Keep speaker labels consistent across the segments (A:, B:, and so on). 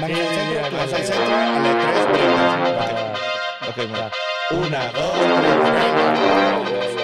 A: Van
B: Sí,
A: al centro,
B: ya,
A: tú vas
B: ya,
A: al
B: ya.
A: centro, a las tres vueltas. Ok.
B: Ok, mira.
A: Una, dos, tres.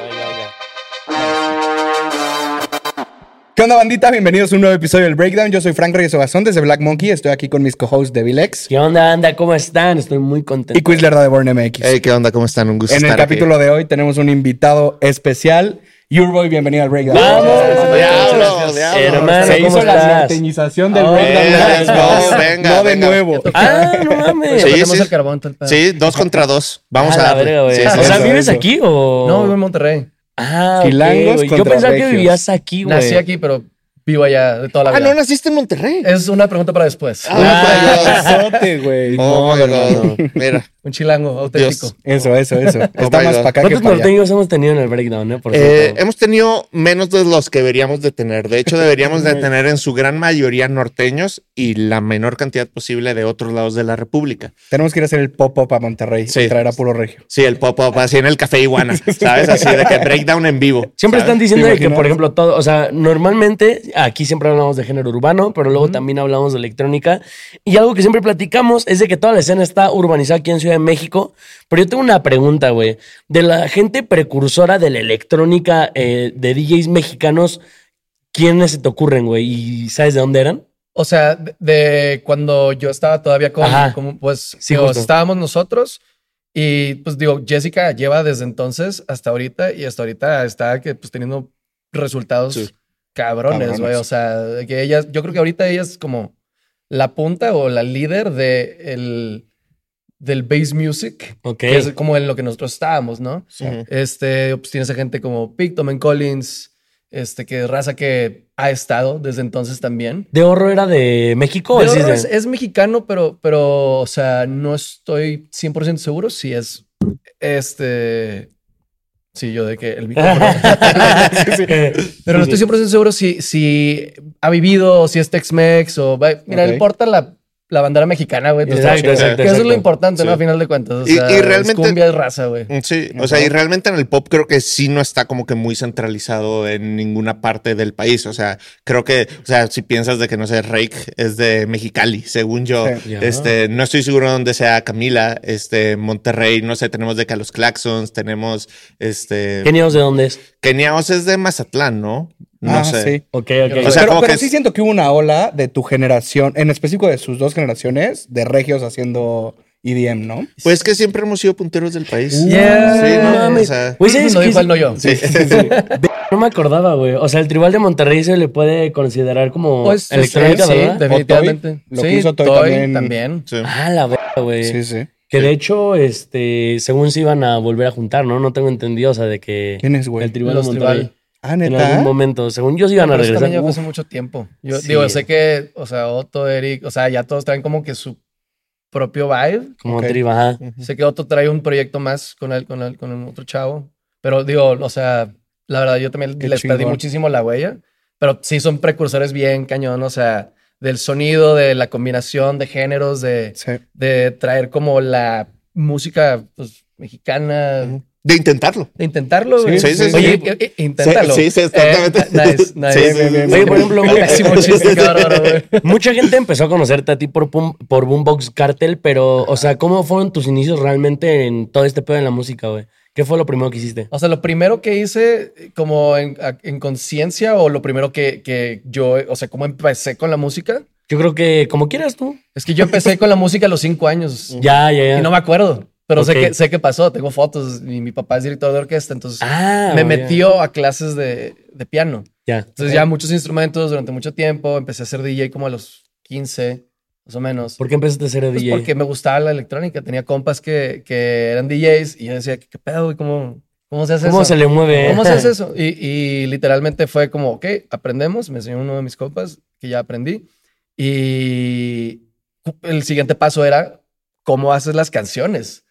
C: ¿Qué onda, bandita? Bienvenidos a un nuevo episodio del Breakdown. Yo soy Frank Reyes Obazón desde Black Monkey. Estoy aquí con mis co-hosts de Vilex
B: ¿Qué onda, anda? ¿Cómo están? Estoy muy contento.
C: y Quizler de Born MX.
D: Hey, ¿qué onda? ¿Cómo están? Un gusto
C: en el
D: estar aquí.
C: capítulo de hoy tenemos un invitado especial. Yurboy, bienvenido al Breakdown.
B: ¡Vamos!
D: ¡Diablos!
B: Hermano,
C: Se
B: ¿cómo
C: hizo la
B: estás?
C: norteñización del
B: Ah,
C: Breakdown.
B: venga,
C: No,
D: venga,
C: no de
D: venga.
C: nuevo.
B: Ah, no mames.
D: Sí,
E: Tenemos
D: sí.
E: el carbón, todo el pedo.
D: Sí, dos contra dos. Vamos
B: a
D: a
B: la
D: darle.
B: verga, güey.
D: Sí, sí,
B: o
D: sí.
B: sea,
C: eso,
B: ¿vives
C: eso.
B: aquí o...?
E: No, vivo en Monterrey.
B: Ah, ok,
C: Chilangos
B: güey. Yo
C: contra
B: pensaba que
C: regios.
B: vivías aquí, güey.
E: Nací aquí, pero vivo allá de toda la
D: Ah,
E: vida.
D: ¿no naciste en Monterrey?
B: Eh,
E: Es una pregunta para después.
D: Ah,
C: Azote, güey.
D: Oh, my
C: No,
D: God.
C: no, no.
D: Mira. eh,
E: Un chilango auténtico.
D: Dios.
C: Eso, eso, eso. Está
D: Oh
C: más
D: my God.
C: para acá que
B: ¿Cuántos
C: para allá.
B: norteños hemos tenido en el breakdown, eh? Por
D: Eh,
B: cierto?
D: hemos tenido menos de los que deberíamos de tener. De hecho, deberíamos de tener en su gran mayoría norteños y la menor cantidad posible de otros lados de la República.
C: Tenemos que ir a hacer el pop-up a Monterrey
D: Sí.
C: y traer a puro regio.
D: Sí, el pop-up así en el Café Iguana, ¿sabes? Así de que breakdown en vivo.
B: Siempre
D: ¿sabes?
B: están diciendo
C: ¿Te
B: de que,
C: imaginas?
B: por ejemplo, todo, o sea, normalmente aquí siempre hablamos de género urbano, pero luego también hablamos de electrónica. Y algo que siempre platicamos es de que toda la escena está urbanizada aquí en Ciudad de México. Pero yo tengo una pregunta, güey. De la gente precursora de la electrónica eh, de DJs mexicanos, ¿quiénes se te ocurren, güey? ¿Y sabes de dónde eran?
E: O sea, de, de cuando yo estaba todavía con,
B: Ajá.
E: con- pues,
B: Sí,
E: digo,
B: justo.
E: estábamos nosotros y pues digo, Jessica lleva desde entonces hasta ahorita y hasta ahorita está que pues teniendo resultados
D: Sí.
E: cabrones,
C: Cabrones.
E: güey. O sea, que ella, yo creo que ahorita ella es como la punta o la líder de el, del bass music,
B: Ok.
E: que es como en lo que nosotros estábamos, ¿no?
D: Ujú.
E: Este, pues tienes a gente como Pictoman Collins, este, que raza que ha estado desde entonces también.
B: ¿De Horro era de México?
E: De
B: o Oh, sí
E: Oro
B: de-
E: es, es mexicano, pero, pero, o sea, no estoy 100% seguro si es este. Sí, yo de que el micrófono.
B: Eh,
E: pero no estoy 100% seguro si, si ha vivido o si es Tex-Mex o. va- Mira,
C: Ok.
E: le importa la, la bandera mexicana, güey. entonces,
B: Exacto,
E: que
B: exacto,
E: Eso es
B: exacto.
E: lo importante, ¿no?
D: Sí.
E: A final de cuentas. O
D: Y-
E: sea,
D: y realmente-
E: Es cumbia, es raza, güey.
D: Mm, Sí, o sea, y realmente en el pop creo que sí no está como que muy centralizado en ninguna parte del país. O sea, creo que, o sea, si piensas de que no sé, Rake es de Mexicali, según yo.
C: Sí.
B: Ya.
D: Este, no estoy seguro de dónde sea Camila, este, Monterrey, no sé, tenemos de que a los Claxons, tenemos este.
B: ¿Genios de dónde es?
D: Kenia Oz es de Mazatlán, ¿no? No
C: Ah,
D: sé.
C: sí.
B: Ok, ok.
D: O sea,
C: pero
D: como
C: pero
D: que
C: sí
D: es-
C: siento que hubo una ola de tu generación, en específico de sus dos generaciones, de regios haciendo EDM, ¿no?
D: Pues es que siempre hemos sido punteros del país.
E: Yeah.
D: Sí, no,
B: Mames.
D: o sea,
B: Güey, ¿sabes
E: no
B: qué?
E: dijo él, no yo.
D: sí.
B: No me acordaba, güey. O sea, el tribal de Monterrey se le puede considerar como
C: Oh,
E: Pues, sí,
B: electrónica,
E: sí,
B: ¿verdad?
E: definitivamente.
C: Lo
E: sí,
C: que hizo Toy también.
E: también.
D: sí.
B: Ah, la verga, güey.
C: Sí, sí.
B: Que de hecho, este, según se iban a volver a juntar, ¿no? No tengo entendido, o sea, de que
C: ¿Quién es, güey?
B: el tribal
E: Los
B: de Monterrey
E: Tribal.
C: Ah,
B: en algún
C: neta. Ah,
B: momento, según yo, se iban a
E: Pero eso
B: regresar.
E: también ya fue
B: Uf,
E: hace mucho tiempo. Yo
B: Sí.
E: digo, sé que, o sea, Otto, Eric, o sea, ya todos traen como que su propio vibe.
B: como
C: Ok.
B: tribal, ajá.
E: Sé que Otto trae un proyecto más con él, con él, con un otro chavo. Pero digo, o sea, la verdad, yo también
C: Qué
E: les perdí
C: chingón.
E: muchísimo la huella. Pero sí son precursores bien cañón, o sea, del sonido, de la combinación de géneros, de,
C: Sí.
E: de traer como la música pues, mexicana,
D: De intentarlo.
E: de intentarlo.
C: Sí,
E: güey.
D: sí, sí, sí.
E: Oye, eh, eh, inténtalo.
D: Sí, sí, exactamente.
E: Eh, na- nice, nice.
D: Sí, sí, sí,
C: sí.
B: Oye, por ejemplo,
E: Pésimo chiste, qué bárbaro, güey.
B: Mucha gente empezó a conocerte a ti por, Pum- por Boombox Cartel, pero, o sea, ¿cómo fueron tus inicios realmente en todo este pedo de la música, güey? ¿Qué fue lo primero que hiciste?
E: O sea, lo primero que hice eh, como en, a- en conciencia o lo primero que, que yo, eh, o sea, cómo empecé con la música,
B: Yo creo que como quieras tú.
E: es que yo empecé con la música a los cinco años
B: Ya, ya, ya.
E: y no me acuerdo, pero
B: Ok.
E: sé, que, sé que pasó, tengo fotos y mi papá es director de orquesta, entonces
B: Ah,
E: me
B: ya.
E: metió a clases de, de piano.
B: Ya.
E: Entonces ya muchos instrumentos durante mucho tiempo, empecé a ser DJ como a los 15, más o menos.
B: ¿Por qué empezaste a ser
E: Pues
B: DJ?
E: porque me gustaba la electrónica, tenía compas que, que eran DJs y yo decía, ¿qué, qué pedo? güey? ¿Cómo, ¿Cómo se hace
B: ¿Cómo
E: eso?
B: se le mueve? eh?
E: ¿Cómo se hace eso? Y, y literalmente fue como, ok, aprendemos. Me enseñó uno de mis compas que ya aprendí. Y el siguiente paso era cómo haces las canciones.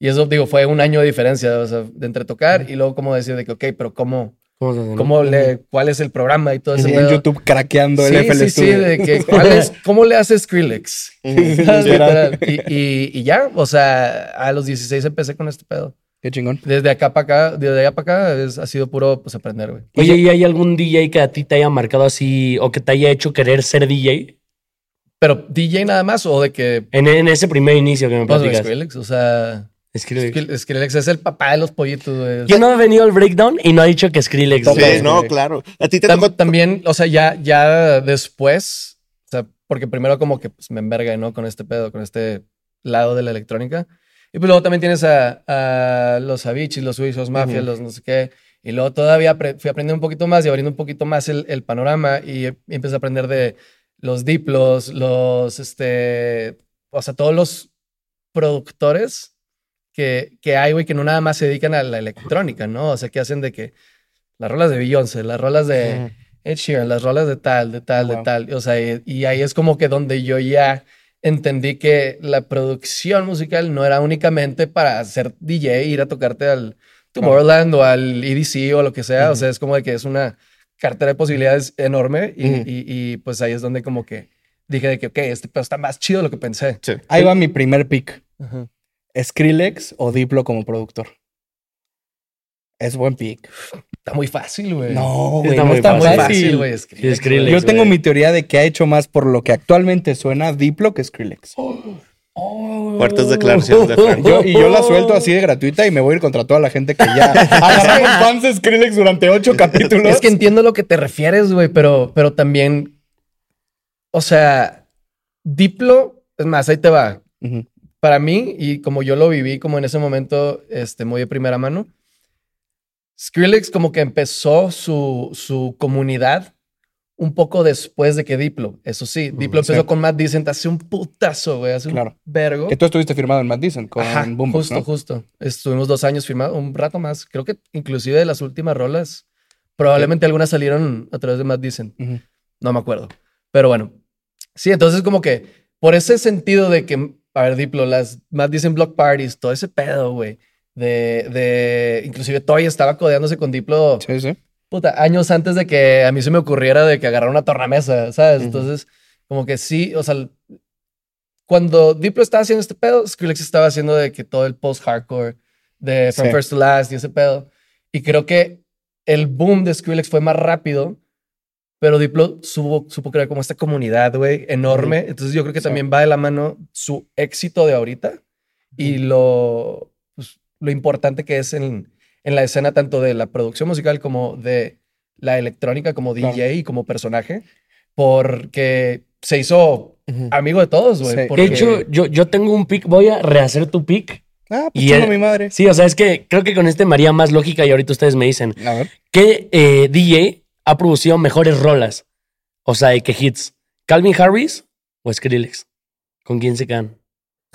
E: Y eso, digo, fue un año de diferencia, o sea, de entre tocar y luego cómo decir de que, ok, pero cómo,
B: ¿Cómo se hace, no?
E: cómo le, cuál es el programa y todo ese
C: Sí, en
E: pedo.
C: YouTube craqueando el
E: Sí,
C: FL
E: sí, sí,
C: Studio.
E: de que, ¿cuál es- ¿cómo le haces Skrillex? Literal. y, y- y ya, o sea, a los 16 empecé con este pedo.
C: Qué chingón.
E: Desde acá para acá, desde allá para acá, es- ha sido puro pues aprender, güey.
B: Oye, ¿y hay algún DJ que a ti te haya marcado así o que te haya hecho querer ser DJ?
E: Pero DJ nada más o de que...
B: En, en ese primer inicio que me
E: Pues,
B: platicas.
E: Skrillex, o sea...
B: Skrillex.
E: Skrill- Skrillex es el papá de los pollitos, güey.
B: ¿Quién no ha venido al breakdown y no ha dicho que Skrillex?
E: Sí,
B: güey?
D: Sí, no, claro. A ti te
E: Tam-
D: tocó
E: también, o sea, ya, ya después, o sea, porque primero como que pues, me enverga, ¿no? Con este pedo, con este lado de la electrónica. Y pues luego también tienes a, a los Avicii, los Suizos, Mafia, los no sé qué. Y luego todavía apre- fui aprendiendo un poquito más y abriendo un poquito más el, el panorama y, em- y empecé a aprender de los diplos, los, este, o sea, todos los productores que, que hay, güey, que no nada más se dedican a la electrónica, ¿no? O sea, que hacen de que las rolas de Beyoncé, las rolas de... Ed Sheeran, las rolas de tal, de tal, de
C: Wow.
E: tal. O sea, eh, y, y ahí es como que donde yo ya entendí que la producción musical no era únicamente para ser DJ, ir a tocarte al Tomorrowland o al EDC o lo que sea. O sea, es como de que es una cartera de posibilidades enorme y,
D: Ujú.
E: y- y, pues ahí es donde como que dije de que, ok, este pedo está más chido de lo que pensé.
D: Sí.
C: Ahí va mi primer pick.
E: Ajá.
C: Skrillex o Diplo como productor. Es buen pick.
E: Está muy fácil, güey.
C: No,
B: Sí,
C: güey,
B: está
C: no
B: muy
C: está
E: Está muy
B: fácil.
E: fácil, güey.
B: Sí,
E: Skrillex,
B: Skrillex.
C: Yo tengo
B: güey.
C: mi teoría de que ha hecho más por lo que actualmente suena Diplo que Skrillex.
D: fuertes declaraciones de Frank.
C: Yo- y yo la suelto así
B: Oh,
C: de gratuita y me voy a ir contra toda la gente que ya agarraron fans de Skrillex durante ocho capítulos.
E: Es que entiendo lo que te refieres, güey, pero, pero también, o sea, Diplo, es más, ahí te va.
C: Ujú.
E: Para mí, y como yo lo viví como en ese momento, este, muy de primera mano, Skrillex como que empezó su, su comunidad un poco después de que Diplo, eso sí, Diplo
C: sí.
E: empezó con Matt Dicent hace un putazo, güey, hace
C: Claro.
E: un vergo.
C: Que tú estuviste firmado en Matt Dicent con
E: Ajá,
C: Boombox,
E: justo,
C: ¿no?
E: justo. Estuvimos dos años firmados, un rato más. Creo que inclusive de las últimas rolas, probablemente algunas salieron a través de Matt Dicen.
C: Ujú.
E: No me acuerdo. Pero bueno. Sí, entonces como que por ese sentido de que, a ver, Diplo, las Matt Dicen Block Parties, todo ese pedo, güey. De, de, inclusive Toy estaba codeándose con Diplo
C: Sí, sí.
E: puta, años antes de que a mí se me ocurriera de que agarrar una tornamesa, ¿sabes? Entonces, como que sí, o sea, l- cuando Diplo estaba haciendo este pedo, Skrillex estaba haciendo de que todo el post-hardcore de From
C: Sí.
E: First to Last y ese pedo. Y creo que el boom de Skrillex fue más rápido, pero Diplo supo, supo crear como esta comunidad, güey, enorme. Entonces, yo creo que
C: Sí.
E: también va de la mano su éxito de ahorita y lo, pues, lo importante que es en, en la escena tanto de la producción musical como de la electrónica como DJ y como personaje, porque se hizo
C: Ah,
E: amigo de todos, güey.
C: Sí.
E: porque-
B: De hecho, yo, yo tengo un pick. Voy a rehacer tu pick.
C: Ah, pues
B: Y
C: chingo
B: el-
C: mi madre.
B: Sí, o sea, es que creo que con este María más lógica y ahorita ustedes me dicen
C: A ver.
B: ¿qué eh, DJ ha producido mejores rolas? O sea, ¿de ¿qué hits? ¿Calvin Harris o Skrillex? ¿Con quién se quedan?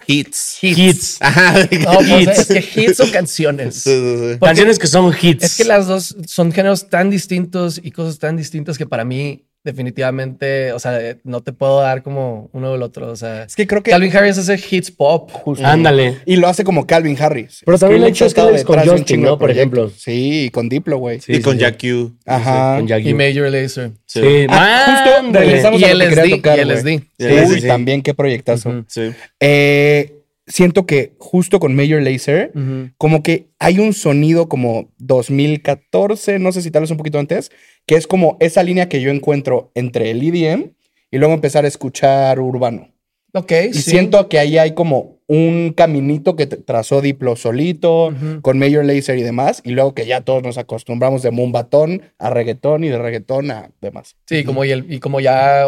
D: Hits.
B: Hits.
D: Ajá.
E: No, pues,
B: hits.
E: es que hits o canciones.
D: Sí, sí, sí.
E: Porque
B: Canciones que son hits.
E: Es que las dos son géneros tan distintos y cosas tan distintas que para mí definitivamente, o sea, eh, no te puedo dar como uno o el otro. O sea,
C: Es que creo que
E: Calvin Harris hace hits pop.
C: justo.
B: Ándale.
C: Y lo hace como Calvin Harris.
B: Pero también lo ha
C: Skrillex
B: hecho
C: ha estado
B: Skrillex con
C: detrás de un
B: Justin,
C: chingo de
B: ¿no? Por
C: proyectos.
B: ejemplo. ah,
C: Sí, y con Diplo, güey.
B: Sí,
D: Y
B: sí,
D: con
B: sí.
D: Jack Q.
C: Ajá.
B: Con Jack
E: Y
B: U.
E: Major Lazer.
B: Sí.
C: Ah, justo
B: Ándale.
C: regresamos
E: Y
C: a lo que quería
E: LSD.
C: tocar,
E: y
C: güey.
E: LSD.
D: Sí,
C: Uy,
D: sí, sí.
C: también qué proyectazo.
E: Ujú.
D: Sí.
C: Eh, siento que justo con Major Lazer,
E: Ujú.
C: como que hay un sonido como 2014, no sé si tal vez un poquito antes, que es como esa línea que yo encuentro entre el EDM y luego empezar a escuchar urbano.
E: Ok,
C: Y
E: sí.
C: siento que ahí hay como un caminito que tr- trazó Diplo solito,
E: Ujú.
C: con Major Lazer y demás, y luego que ya todos nos acostumbramos de Mumbatón a reggaetón y de reggaetón a demás.
E: Sí, como, y, el- y como ya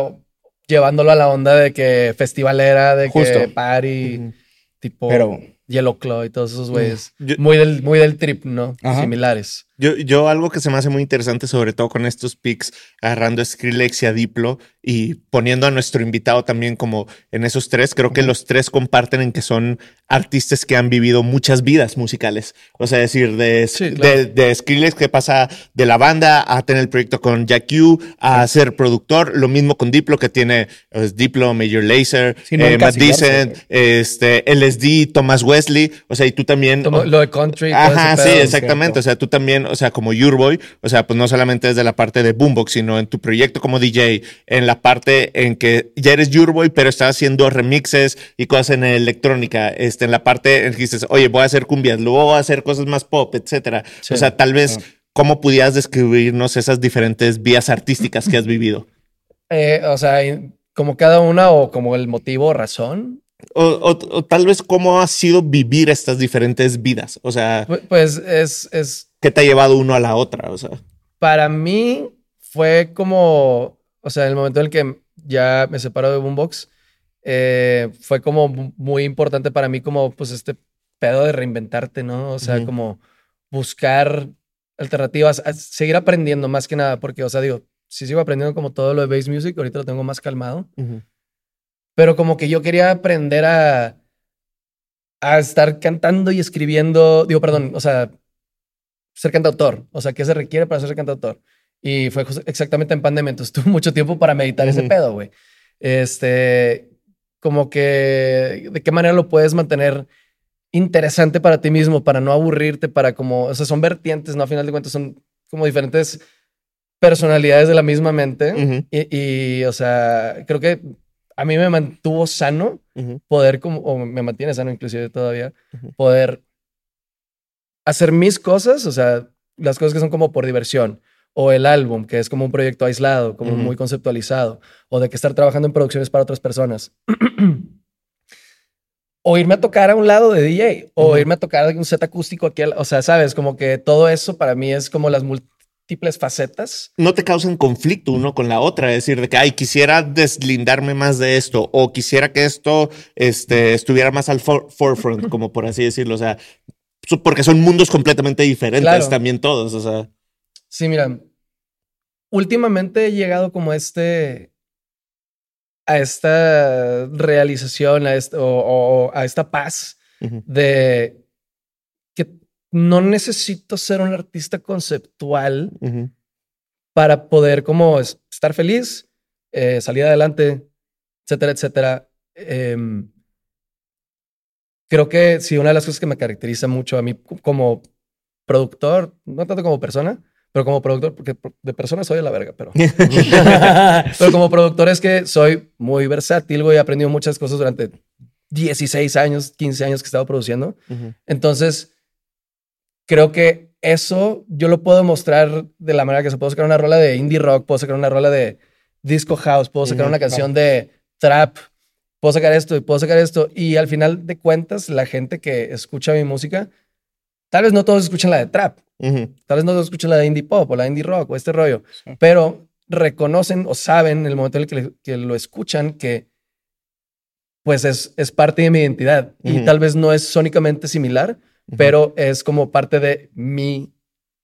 E: llevándolo a la onda de que festivalera, de que
C: Justo.
E: party, tipo
C: Pero Mm.
E: Yellow Claw y todos esos güeyes.
D: Yo-
E: Muy, del, muy del trip, ¿no?
C: Ajá.
E: Similares.
D: Yo, yo algo que se me hace muy interesante, sobre todo con estos picks, agarrando a Skrillex y a Diplo y poniendo a nuestro invitado también como en esos tres, creo que los tres comparten en que son artistas que han vivido muchas vidas musicales. O sea, decir, de,
E: Sí, claro.
D: de, de Skrillex que pasa de la banda a tener el proyecto con Jack U, a ser productor, lo mismo con Diplo que tiene pues, Diplo, Major Lazer,
C: Sí, no
D: eh, Matt
C: encasillarse,
D: Dicent, este, LSD, Thomas Wesley, o sea, y tú también...
C: Mm,
E: Como
C: oh.
E: lo de country. todo
D: Ajá,
E: ese
D: sí,
E: pedo.
D: exactamente. O sea, tú también, o sea, como Your Boy, o sea, pues no solamente desde la parte de Boombox, sino en tu proyecto como DJ, en la parte en que ya eres Your Boy, pero estás haciendo remixes y cosas en electrónica, este, en la parte en que dices, oye, voy a hacer cumbias, luego voy a hacer cosas más pop, etcétera.
E: Sí.
D: O sea, tal vez, ¿cómo pudieras describirnos esas diferentes vías artísticas que has vivido?
E: Eh, o sea, in- como cada una o como el motivo o razón.
D: O, o- o tal vez cómo ha sido vivir estas diferentes vidas. O sea,
E: Pu- Pues es, es
D: ¿qué te ha llevado uno a la otra? O sea,
E: para mí fue como, o sea, en el momento en el que ya me separo de Boombox, eh, fue como mu- muy importante para mí como pues este pedo de reinventarte, ¿no? O sea,
D: Ujú.
E: como buscar alternativas, a- seguir aprendiendo más que nada, porque, o sea, digo, si sigo aprendiendo como todo lo de bass music, ahorita lo tengo más calmado, pero como que yo quería aprender a, a estar cantando y escribiendo, digo, perdón, o sea, ser cantautor, o sea, ¿qué se requiere para ser cantautor? Y fue jus- exactamente en pandemia, entonces tuve mucho tiempo para meditar ese
D: Ujú.
E: pedo, güey. Este, como que, ¿de qué manera lo puedes mantener interesante para ti mismo, para no aburrirte, para como, o sea, son vertientes, ¿no? A final de cuentas son como diferentes personalidades de la misma mente.
D: Ujú,
E: Y, y, o sea, creo que a mí me mantuvo sano
D: ujú.
E: poder, como, o me mantiene sano inclusive todavía,
D: Ujú.
E: poder hacer mis cosas, o sea, las cosas que son como por diversión, o el álbum, que es como un proyecto aislado, como
D: Ujú.
E: muy conceptualizado, o de que estar trabajando en producciones para otras personas. o irme a tocar a un lado de DJ, o
D: Ujú.
E: irme a tocar un set acústico aquí, al- o sea, sabes, como que todo eso para mí es como las múltiples facetas.
D: No te causan conflicto uno con la otra. Es decir, de que, ay, quisiera deslindarme más de esto o quisiera que esto este, estuviera más al for- forefront, como por así decirlo. O sea, so- porque son mundos completamente diferentes
E: Claro.
D: también todos. O sea,
E: Sí, mira, últimamente he llegado como a este, a esta realización, a este, o, o- o a esta paz
D: ujú,
E: de que no necesito ser un artista conceptual
D: ujú.
E: para poder como es- estar feliz, eh, salir adelante, etcétera, etcétera. Em, creo que sí, una de las cosas que me caracteriza mucho a mí c- como productor, no tanto como persona, pero como productor, porque pro- de persona soy a la verga, pero, pero como productor es que soy muy versátil, güey, he aprendido muchas cosas durante 16 años, 15 años que he estado produciendo.
D: Ujú.
E: Entonces, creo que eso yo lo puedo mostrar de la manera que se puedo sacar una rola de indie rock, puedo sacar una rola de disco house, puedo sacar
D: Ujú,
E: una canción de trap, puedo sacar esto y puedo sacar esto. Y al final de cuentas, la gente que escucha mi música, tal vez no todos escuchan la de trap,
D: Ujú.
E: tal vez no todos escuchan la de indie pop o la de indie rock o este rollo,
C: Sí.
E: pero reconocen o saben en el momento en el que, le- que lo escuchan que pues es, es parte de mi identidad y
D: Ujú.
E: tal vez no es sónicamente similar, pero es como parte de mi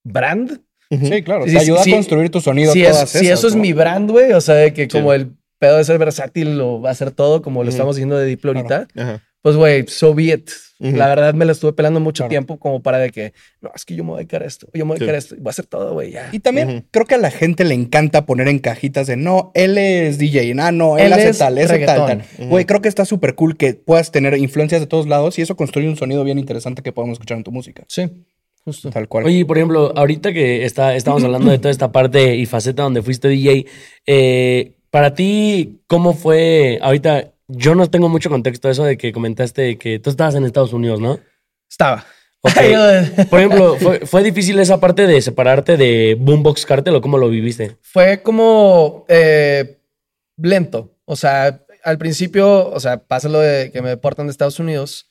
E: brand.
D: Ujú.
C: Sí, claro.
E: Sí,
C: te ayuda
E: sí,
C: a construir tu sonido.
E: si, es-
C: todas
E: si
C: esas,
E: eso es
C: ¿no?
E: mi brand, güey, o sea, de que
D: Sí.
E: como el pedo de ser versátil lo va a hacer todo, como lo
D: Ujú.
E: estamos diciendo de Diplo
C: Claro.
E: ahorita,
D: Ajá.
E: pues, güey, so be it.
D: Ujú.
E: La verdad me la estuve pelando mucho
C: Claro.
E: tiempo como para de que, no, es que yo me voy a dedicar a esto, yo me voy
D: Sí.
E: a dedicar a esto, voy a hacer todo, güey, ya.
C: Y también
D: Ujú.
C: creo que a la gente le encanta poner en cajitas de no, él es DJ, ah, no, él,
E: Él
C: hace
E: es
C: tal, ese tal, tal.
E: reggaetón.
C: Güey, creo que está súper cool que puedas tener influencias de todos lados y eso construye un sonido bien interesante que podemos escuchar en tu música.
E: Sí, justo.
C: Tal cual.
B: Oye, y por ejemplo, ahorita que está, estamos hablando de toda esta parte y faceta donde fuiste DJ, eh, para ti, ¿cómo fue? Ahorita, yo no tengo mucho contexto de eso de que comentaste que tú estabas en Estados Unidos, ¿no?
E: Estaba.
B: Ok. Por ejemplo, ¿fue, fue difícil esa parte de separarte de Boombox Cartel o cómo lo viviste?
E: Fue como eh, lento. O sea, al principio, o sea, pasa lo de que me deportan de Estados Unidos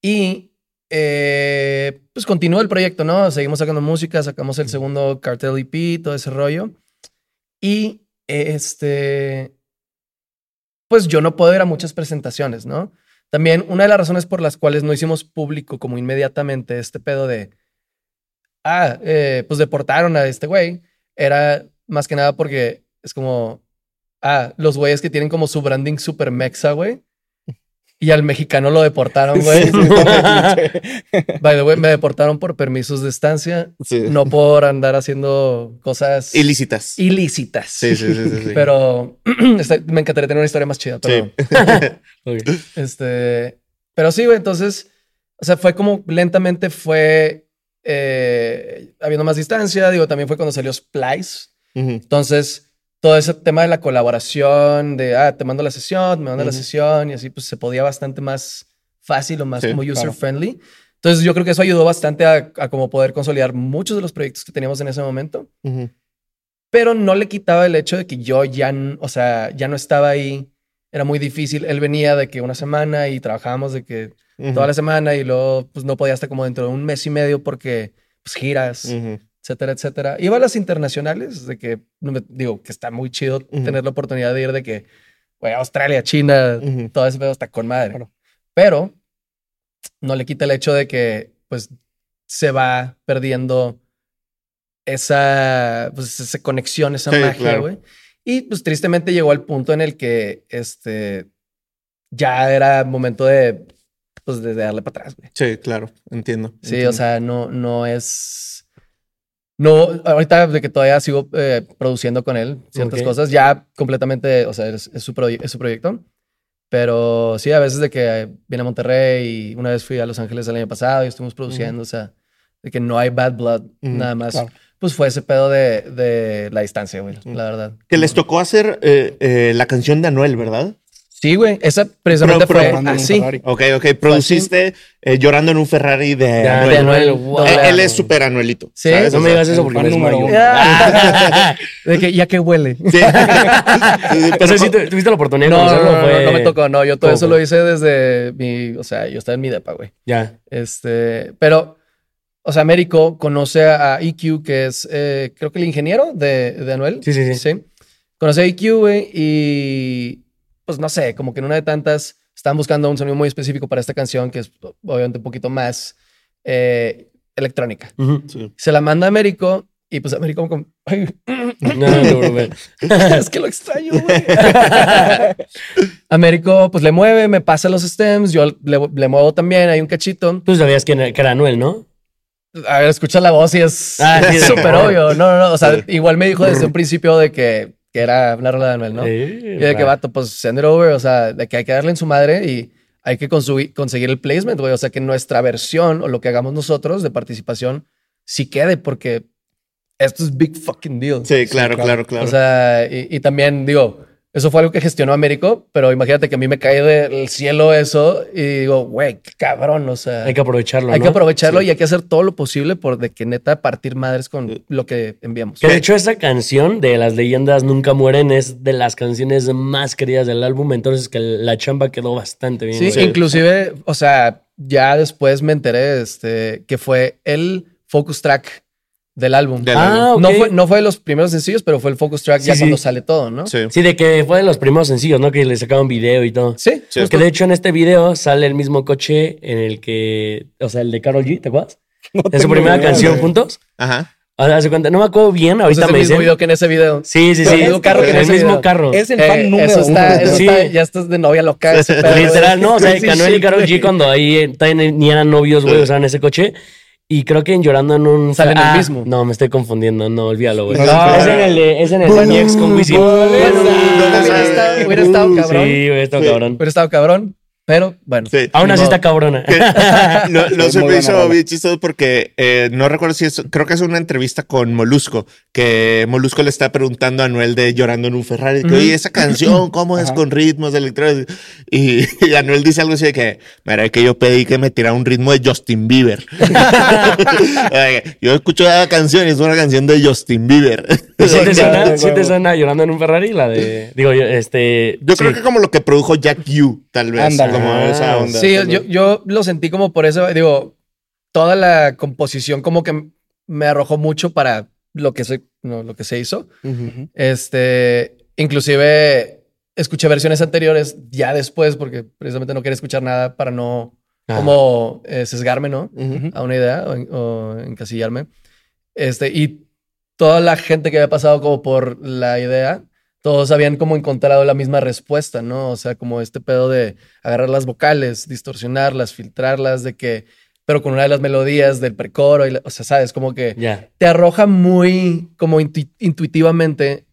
E: y eh, pues continúa el proyecto, ¿no? Seguimos sacando música, sacamos el segundo cartel EP, todo ese rollo. Y eh, este, pues yo no puedo ir a muchas presentaciones, ¿no? También una de las razones por las cuales no hicimos público como inmediatamente este pedo de, ah, eh, pues deportaron a este güey, era más que nada porque es como, ah, los güeyes que tienen como su branding super mexa, güey. Y al mexicano lo deportaron, güey. By the way, me deportaron por permisos de estancia,
D: Sí.
E: no por andar haciendo cosas
D: Ilícitas.
E: ilícitas.
D: Sí, sí, sí, sí, sí.
E: Pero está- me encantaría tener una historia más chida, pero
D: Sí.
B: Ok.
E: este, pero sí, güey, entonces, o sea, fue como lentamente fue eh, habiendo más distancia, digo, también fue cuando salió Splice,
D: Ujú.
E: entonces, todo ese tema de la colaboración, de, ah, te mando la sesión, me mando la
D: Ujú.
E: sesión, y así, pues se podía bastante más fácil o más
D: Sí,
E: como user-friendly. Entonces, yo creo que eso ayudó bastante a, a como poder consolidar muchos de los proyectos que teníamos en ese momento.
D: Ujú.
E: pero no le quitaba el hecho de que yo ya, n- o sea, ya no estaba ahí. Era muy difícil. Él venía de que una semana y trabajábamos de que
D: Ujú.
E: toda la semana y luego pues no podía hasta como dentro de un mes y medio porque pues giras,
D: Ujú.
E: etcétera, etcétera. Iba a las internacionales de que, no me- digo, que está muy chido
D: Ujú.
E: tener la oportunidad de ir de que, güey, Australia, China,
D: Ujú.
E: todo ese pedo está con madre.
C: Claro.
E: Pero no le quita el hecho de que, pues, se va perdiendo esa, pues, esa conexión, esa
D: Sí,
E: magia,
D: claro.
E: güey. Y, pues, tristemente llegó al punto en el que, este, ya era momento de, pues, de darle para atrás, güey.
D: Sí, claro, entiendo.
E: Sí,
D: entiendo.
E: o sea, no, no es. No, ahorita de que todavía sigo eh, produciendo con él ciertas
B: Ok.
E: cosas, ya completamente, o sea, es, es su proye- es su proyecto. Pero sí, a veces de que eh, viene a Monterrey y una vez fui a Los Ángeles el año pasado y estuvimos produciendo, o sea, de que no hay bad blood,
D: Ujú,
E: nada más.
C: claro.
E: Pues fue ese pedo de, de la distancia, güey, la verdad.
D: Que les tocó hacer eh, eh, la canción de Anuel, ¿verdad?
E: Sí, güey, esa precisamente
D: Pro-
E: fue
C: Armando en un
E: así.
C: Ferrari.
D: Ok, ok. Produciste eh, Llorando en un Ferrari de
B: Ya,
D: Anuel.
B: de Anuel,
E: Anuel,
B: wow.
D: Eh,
E: claro.
D: Él es súper anuelito.
E: Sí.
D: ¿sabes?
B: No
D: O
B: me
D: sea,
B: digas eso porque
C: fan
B: me
C: número
B: desmayo.
C: uno.
E: Ah. De que ya que huele.
D: Sí. Sí,
B: O
D: pero-
B: sea, ¿sí tu- ¿tuviste la oportunidad de
E: No, no,
B: conocerlo?
E: no, no,
B: Fue-
E: no me tocó, no, yo todo
B: ¿Cómo
E: eso
B: fue?
E: lo hice desde mi, o sea, yo estaba en mi depa, güey.
B: Ya.
E: Este, pero, o sea, Américo conoce a EQ, que es, eh, creo que el ingeniero de, de Anuel.
B: Sí, sí, sí.
E: Conoce a EQ, güey, y pues no sé, como que en una de tantas estaban buscando un sonido muy específico para esta canción, que es obviamente un poquito más eh, electrónica.
B: Ujú.
D: Sí.
E: Se la manda a Américo y pues Américo como, "Ay,
B: No, no, no, no, no.
E: es que lo extraño, güey. Américo, pues le mueve, me pasa los stems, yo le, le muevo también, hay un cachito.
B: Tú sabías quién era, que era Anuel, ¿no?
E: A ver, escucha la voz y es
B: Ah, sí, de
E: súper
B: acuerdo.
E: obvio. No, no, no. O sea, igual me dijo desde un principio de que, que era una rola de Anuel, ¿no?
B: Eh,
E: Y de que
B: va.
E: vato, pues send it over, o sea, de que hay que darle en su madre y hay que consegui- conseguir el placement, güey. O sea, que nuestra versión o lo que hagamos nosotros de participación sí quede, porque esto es big fucking deal.
D: Sí, claro, claro, claro.
E: O sea, y, y también digo, eso fue algo que gestionó Américo, pero imagínate que a mí me cae del cielo eso y digo, güey, qué cabrón, o sea,
B: Hay que aprovecharlo,
E: hay que
B: ¿no?
E: aprovecharlo y hay que hacer todo lo posible por de que neta partir madres con lo que enviamos.
B: Que de hecho esa canción de las leyendas nunca mueren es de las canciones más queridas del álbum, entonces que la chamba quedó bastante bien.
E: Sí,
B: güey.
E: inclusive, o sea, ya después me enteré este, que fue el focus track del álbum.
D: Del-
B: Ah, ok.
E: No, fue, no fue de los primeros sencillos, pero fue el focus track
B: Sí,
E: ya
B: sí.
E: cuando sale todo, ¿no?
D: sí.
B: Sí, de que fue de los primeros sencillos, ¿no? Que le sacaron video y todo.
E: Sí,
D: Sí.
B: Pues que de hecho en este video sale el mismo coche en el que, o sea, el de Carol G, ¿te acuerdas? en su
C: tengo
B: primera
C: idea,
B: canción
C: güey.
B: juntos.
D: Ajá.
B: Ahora se cuenta, no me acuerdo bien,
E: Pues
B: ahorita
E: es el
B: me
E: mismo
B: dicen.
E: video que en ese video.
B: Sí, sí,
E: Pero
B: sí.
E: el mismo carro que en
B: el
E: ese
B: mismo
E: video.
B: carro.
C: Es el
E: Eh,
C: fan número
E: eso está,
C: uno.
E: eso
B: Sí.
E: está- ya estás de novia loca. ese pedo, güey.
B: Literal, no, o sea,
E: Sí,
B: que Anuel
E: sí,
B: y Karol
E: güey.
B: G cuando ahí eh, todavía ni- ni eran novios, güey, usaban ese coche. Y creo que en llorando en un.
E: Sale en el
B: Ah,
E: mismo.
B: No, me estoy confundiendo, no, olvídalo, güey. Ah,
C: No,
B: es
C: no.
B: en el de, es en el de Mi ex con Wisin.
E: Bueno,
D: no,
E: hubiera
D: no,
E: estado-
D: no,
E: Hubiera estado
B: Sí,
E: cabrón. Pues,
B: güey, está
D: Sí.
B: cabrón.
E: Hubiera estado cabrón, pero bueno.
D: Sí.
B: Aún así
E: No.
B: está cabrona.
D: Que- lo, lo
C: Sí, muy
D: se me
C: buena
D: hizo
C: rola.
D: bien chistoso porque eh, no recuerdo si es, creo que es una entrevista con Molusco, que Molusco le está preguntando a Anuel de Llorando en un Ferrari, que,
E: Ujú.
D: oye, esa canción, ¿cómo es
C: Ajá.
D: con ritmos electrónicos? Y, y Anuel dice algo así de que, mira, que yo pedí que me tirara un ritmo de Justin Bieber. Oye, yo escucho la canción y es una canción de Justin Bieber.
B: ¿Sí te,
C: Sí,
B: suena,
C: claro,
B: sí te
C: huevo.
B: suena llorando en un Ferrari? La de. Digo, yo, este.
D: Yo creo
B: sí.
D: que como lo que produjo Jack U, tal vez.
C: Ándale.
D: Como esa onda.
E: Sí, yo, yo lo sentí como por eso, digo, toda la composición como que me arrojó mucho para lo que se, no, lo que se hizo.
C: Ujú.
E: Este, inclusive escuché versiones anteriores ya después porque precisamente no quería escuchar nada para no
B: Ah.
E: como eh, sesgarme, ¿no?
D: Ujú.
E: a una idea o, en- o encasillarme. Este, y toda la gente que había pasado como por la idea, todos habían como encontrado la misma respuesta, ¿no? O sea, como este pedo de agarrar las vocales, distorsionarlas, filtrarlas, de que, pero con una de las melodías del precoro, y la- o sea, sabes, como que
B: Ya.
E: te arroja muy como intu- intuitivamente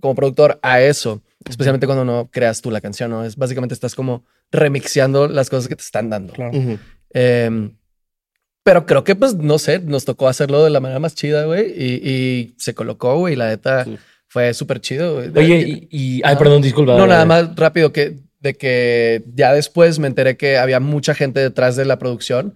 E: como productor a eso, especialmente cuando no creas tú la canción, ¿no? Es básicamente estás como remixeando las cosas que te están dando.
C: Claro.
D: Ujú.
E: Eh, pero creo que, pues, no sé, nos tocó hacerlo de la manera más chida, güey. Y, y se colocó, güey. La neta
D: Sí.
E: fue súper chido, güey.
B: Oye, y. y- ay,
E: Ah.
B: perdón, disculpa.
E: No,
B: dale,
E: nada
B: dale.
E: más rápido que de que ya después me enteré que había mucha gente detrás de la producción.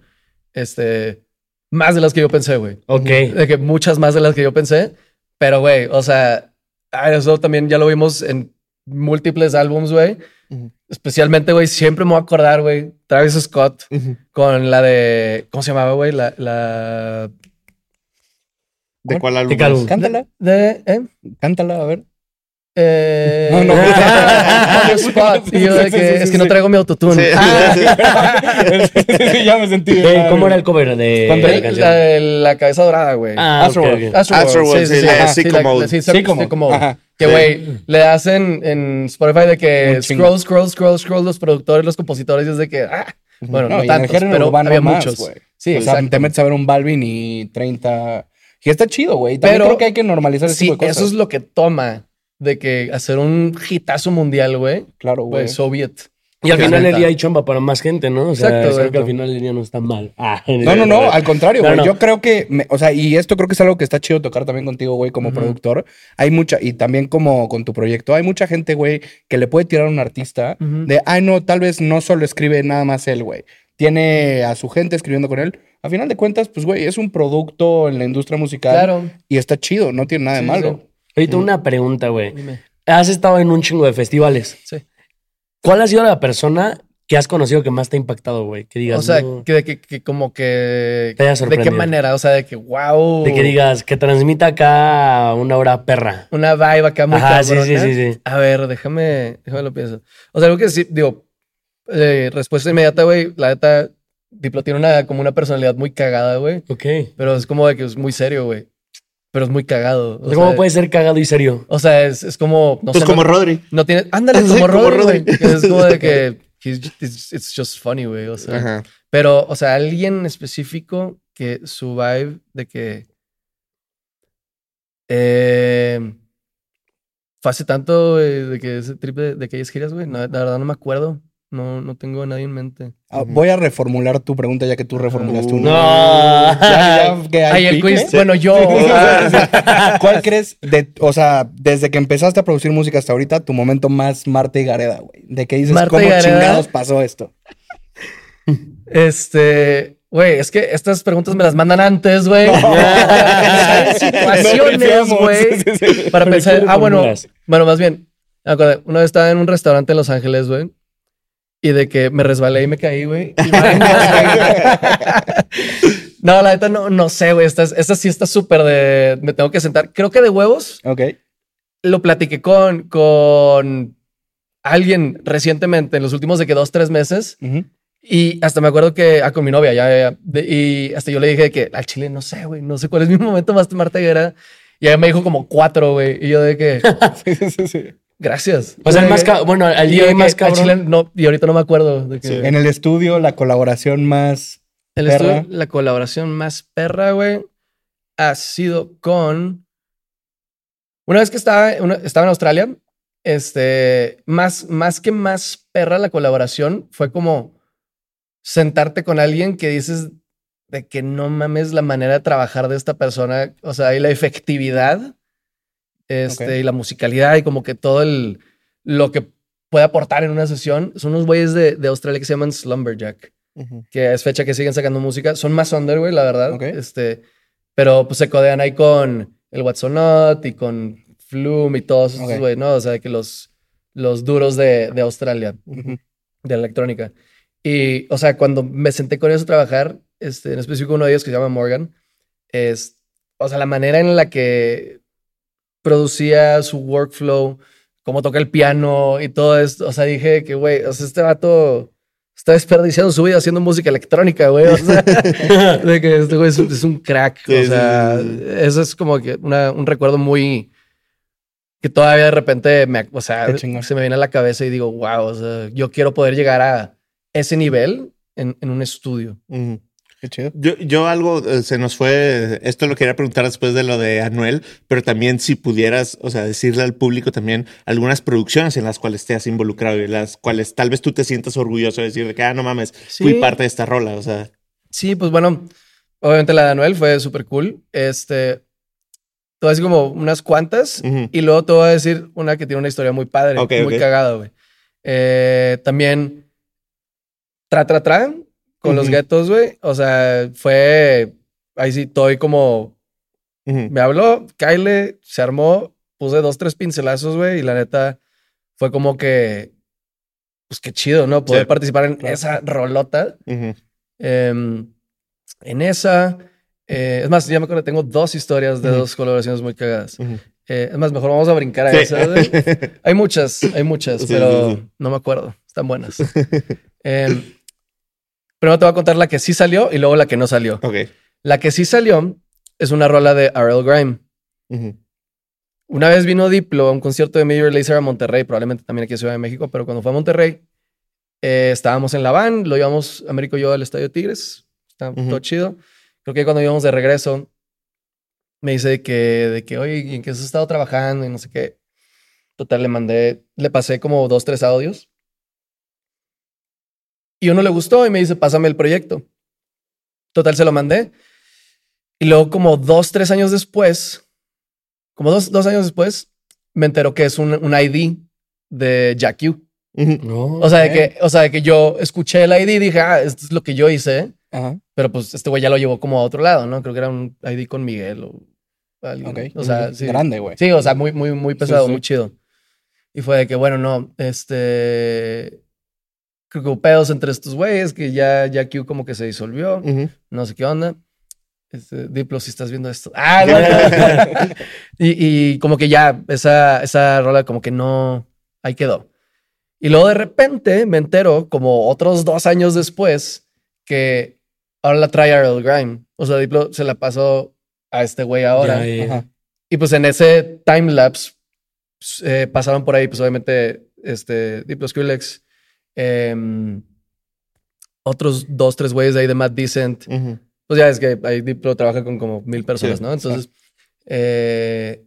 E: Este, más de las que yo pensé, güey.
B: Ok.
E: De que muchas más de las que yo pensé. Pero, güey, o sea, ah, eso también ya lo vimos en múltiples álbums, güey.
D: Ujú.
E: Especialmente, güey, siempre me voy a acordar, güey, Travis Scott con la de. ¿Cómo se llamaba, güey? La, la
D: ¿De cuál álbum?
B: ¿De qué álbum?
D: es?
C: Cántala,
E: de. ¿eh?
C: cántala, a ver.
E: Eh,
C: No, no.
E: Travis Scott. Y yo
C: Sí,
E: de
C: sí,
E: que,
C: sí,
E: es que
C: sí.
E: no traigo mi autotune.
D: Sí.
E: Ah,
C: ya me sentí.
B: Eh,
C: mal,
B: ¿Cómo
C: güey.
B: era el cover de
C: ¿Cuánto
B: la
E: la, la
B: canción?
E: de la cabeza dorada, güey.
B: Ah, ok,
C: Astroworld.
B: ok.
E: Astro
D: Astro
E: World,
D: World, sí, la de Sicko
E: la-
D: Mode.
E: Sí, Sicko
C: Sicko
E: Sicko
C: Mode,
E: Mode.
C: ajá.
E: Que,
D: Sí.
E: güey, le hacen en Spotify de que
C: Un chingo.
E: scroll, scroll, scroll, scroll los productores, los compositores, y es de que, ah, bueno,
C: No,
E: no,
C: y en el
E: tantos,
C: género
E: pero
C: urbano
E: había
C: más,
E: muchos.
C: güey.
E: Sí,
C: o sea,
E: exacto.
C: te metes a ver un Balvin y 30. Y está chido, güey. También
E: Pero-
C: creo que hay que normalizar ese
E: Sí,
C: tipo de cosas.
E: eso es lo que toma de que hacer un hitazo mundial, güey,
C: Claro, güey.
E: güey, soviet.
B: Y al
E: La
B: final del
E: neta.
B: día hay chamba para más gente, ¿no? O sea,
E: Exacto,
B: creo que
E: exacto.
B: al final del día no está mal. Ah,
C: No, no, no, al contrario,
B: No,
C: güey.
B: no.
C: Yo creo que, me- o sea, y esto creo que es algo que está chido tocar también contigo, güey, como productor. Hay mucha, y también como con tu proyecto, hay mucha gente, güey, que le puede tirar a un artista
E: Ujú.
C: de, ay, no, tal vez no solo escribe nada más él, güey. Tiene a su gente escribiendo con él. A final de cuentas, pues, güey, es un producto en la industria musical.
E: Claro.
C: Y está chido, no tiene nada de
E: Sí,
C: malo.
B: Ahorita una pregunta, güey.
E: Dime.
B: Has estado en un chingo de festivales.
E: Sí.
B: ¿Cuál ha sido la persona que has conocido que más te ha impactado, güey? Que digas, "Mm",
E: O sea,
B: "No".
E: que, de que, que como que...
B: Te haya
E: ¿De qué
B: sorprendido.
E: manera? O sea, de que, wow.
B: de que digas, que transmita acá una hora perra.
E: Una vibe acá muy ¿eh?
B: Ajá, sí,
E: cabrona.
B: sí, sí, sí.
E: A ver, déjame, déjame lo pienso. O sea, algo que sí, digo, eh, respuesta inmediata, güey. La neta, Diplo tiene una, como una personalidad muy cagada, güey.
B: Ok.
E: Pero es como de que es muy serio, güey. Pero es muy cagado. O
B: O sea, ¿Cómo
E: sea,
B: puede ser cagado y serio?
E: O sea, es, es como. No
D: Pues
E: sé,
D: como
E: no,
D: Rodri.
E: no tiene. Ándale,
D: Sí,
E: como
D: como
E: Rodri, güey.
D: Rodri.
E: Es como de que. he's ju- it's, it's just funny, güey. O sea.
D: Ajá.
E: Pero, o sea, alguien en específico que su vibe de que. Eh, fue hace tanto güey, de que ese trip de, de aquellas giras, güey. No, la verdad no me acuerdo. No, no tengo a nadie en mente.
C: Ah, Voy a reformular tu pregunta ya que tú reformulaste una. Ah.
B: No.
C: Ya- ya que hay
E: Uh, Ay, el
C: pique.
E: quiz. Bueno, yo. ah,
C: ¿Cuál crees, de, o sea, desde que empezaste a producir música hasta ahorita, tu momento más Marta y Gareda, güey? De que dices,
E: Marta y
C: ¿cómo
E: Gareda.
C: chingados pasó esto?
E: este. Güey, es que estas preguntas me las mandan antes, güey.
C: No,
E: Situaciones,
C: no,
E: güey.
C: sí, sí, sí.
E: Para
B: Pero
E: pensar,
B: ¿cómo
E: ah, bueno,
B: formulas?
E: bueno, más bien, me acordé, una vez estaba en un restaurante en Los Ángeles, güey, y de que me resbalé y me caí, güey. y valió madre, güey. no, la neta, no, no sé, güey, esta, es- esta sí está súper de, me tengo que sentar. Creo que de huevos
C: Ok.
E: lo platiqué con, con alguien recientemente, en los últimos de que dos, tres meses,
C: ujú.
E: y hasta me acuerdo que ah, con mi novia, ya, ya, ya. De- y hasta yo le dije que al chile no sé, güey, no sé cuál es mi momento más Marta Higuera. Y ella me dijo como cuatro, güey. Y yo de que,
C: Sí, sí, sí, sí.
E: gracias.
B: O sea, el
E: De
B: más
E: que-
B: ca- Bueno, al
E: y yo
B: día
E: de
B: más
E: que, al
B: cabrón.
E: chile no, y ahorita no me acuerdo. De que
D: Sí.
C: En el estudio, la colaboración más...
E: El
C: Perra.
E: estudio, la colaboración más perra, güey, ha sido con. Una vez que estaba, una- estaba en Australia, este, más, más que más perra la colaboración fue como sentarte con alguien que dices de que no mames la manera de trabajar de esta persona, o sea, y la efectividad, este,
C: Ok.
E: y la musicalidad y como que todo el, lo que puede aportar en una sesión. Son unos güeyes de, de Australia que se llaman Slumberjack que es fecha que siguen sacando música. Son más under, güey, la verdad.
C: Ok.
E: Este, pero pues se codean ahí con el What's On Not y con Flume y todos esos,
C: Ok.
E: güey, ¿no? O sea, que los, los duros de, de Australia,
C: Ujú.
E: de la electrónica. Y, o sea, cuando me senté con ellos a trabajar, este, en específico uno de ellos que se llama Morgan, es, o sea, la manera en la que producía su workflow, cómo toca el piano y todo esto. O sea, dije que, güey, o sea, este vato está desperdiciando su vida haciendo música electrónica, güey. O sea, de que este güey es, un- es un crack.
D: Sí,
E: o
D: sí,
E: sea,
D: sí, sí.
E: eso es como que una- un recuerdo muy... Que todavía de repente me, ac- o sea,
C: Qué chingón.
E: se me viene a la cabeza y digo, wow, o sea, yo quiero poder llegar a ese nivel en, en un estudio.
D: Ujú.
C: Qué chido.
D: Yo, yo algo eh, se nos fue, eh, esto lo quería preguntar después de lo de Anuel, pero también si pudieras, o sea, decirle al público también algunas producciones en las cuales te has involucrado y las cuales tal vez tú te sientas orgulloso de decirle que, ah, no mames, fui
E: Sí.
D: parte de esta rola, o sea,
E: Sí, pues bueno, obviamente la de Anuel fue súper cool. Este, todo así como unas cuantas.
D: ujú.
E: Y luego te voy a decir una que tiene una historia muy padre,
D: Ok,
E: muy
D: ok.
E: cagada, güey. Eh, también, tra, tra, tra, con los
D: Ujú.
E: guetos, güey. O sea, fue, ahí sí, estoy como
D: Ujú.
E: Me habló, Kyle se armó, puse dos, tres pincelazos, güey, y la neta fue como que, pues qué chido, ¿no? Poder
D: Sí.
E: participar en
C: Claro.
E: esa rolota.
D: Ujú.
E: Em, en esa, eh, es más, ya me acuerdo, tengo dos historias de
D: Ujú.
E: dos colaboraciones muy cagadas.
D: Ujú.
E: Eh, es más, mejor vamos a brincar a
D: Sí.
E: esas, güey. Hay muchas, hay muchas,
D: Sí,
E: pero
D: sí, sí.
E: no me acuerdo. Están buenas. Em, primero te voy a contar la que sí salió y luego la que no salió.
D: Ok.
E: La que sí salió es una rola de R.L. Grime.
D: Ujú.
E: Una vez vino Diplo a un concierto de Major Lazer a Monterrey, probablemente también aquí en Ciudad de México, pero cuando fue a Monterrey, eh, estábamos en la van, lo llevamos Américo y yo al Estadio Tigres, está
D: Ujú.
E: todo chido. Creo que cuando íbamos de regreso, me dice de que, de que, oye, ¿y ¿en qué has estado trabajando? Y no sé qué. Total, le mandé, le pasé como dos, tres audios. Y uno le gustó y me dice, pásame el proyecto. Total, se lo mandé. Y luego como dos, tres años después, como dos, dos años después, me entero que es un, un ID de Jack U.
D: Ujú.
B: No.
E: O sea, de que, o sea, de que yo escuché el ID y dije, ah, esto es lo que yo hice,
C: Ajá.
E: pero pues este güey ya lo llevó como a otro lado, ¿no? Creo que era un ID con Miguel o alguien.
C: Ok.
E: O sea, sí.
C: Grande, güey.
E: Sí, o sea, muy, muy, muy pesado,
C: sí.
E: muy chido. Y fue de que, bueno, no, este. Creo que hubo pedos entre estos güeyes, que ya, ya Q como que se disolvió,
D: Ujú.
E: no sé qué onda. Este, Diplo, si estás viendo esto. Ah, no, no. y, y como que ya, esa, esa rola como que no, ahí quedó. Y luego de repente me entero, como otros dos años después, que ahora la trae Earl Grime. O sea, Diplo se la pasó a este güey ahora.
B: Ya, ya, ya.
C: Ajá.
E: Y pues en ese time lapse pues, eh, pasaron por ahí, pues obviamente, este, Diplo Skrillex, em, otros dos, tres güeyes de ahí de Matt Decent.
D: Ujú.
E: Pues ya es que ahí Diplo trabaja con como mil personas,
D: Sí,
E: ¿no? Entonces, eh,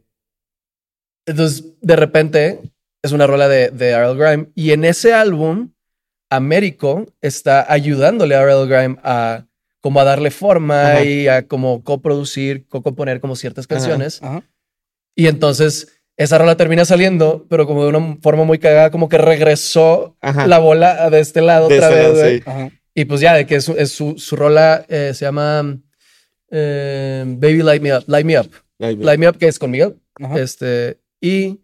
E: entonces, de repente, es una rola de, de R.L. Grime. Y en ese álbum, Américo está ayudándole a R.L. Grime a como a darle forma
D: Ajá.
E: y a como coproducir, co-componer como ciertas canciones.
C: Ajá.
E: Y entonces esa rola termina saliendo, pero como de una forma muy cagada, como que regresó
D: Ajá.
E: la bola de este lado
D: Ah. De
E: otra
D: ese
E: vez.
D: lado,
E: güey.
D: sí.
C: Ajá.
E: Y pues ya, de que es, su- es su, su rola eh, se llama eh, Baby Light Me Up, Light Me Up,
D: Ahí ve.
E: Light Me Up, que es con Miguel.
C: Ajá.
E: Este, y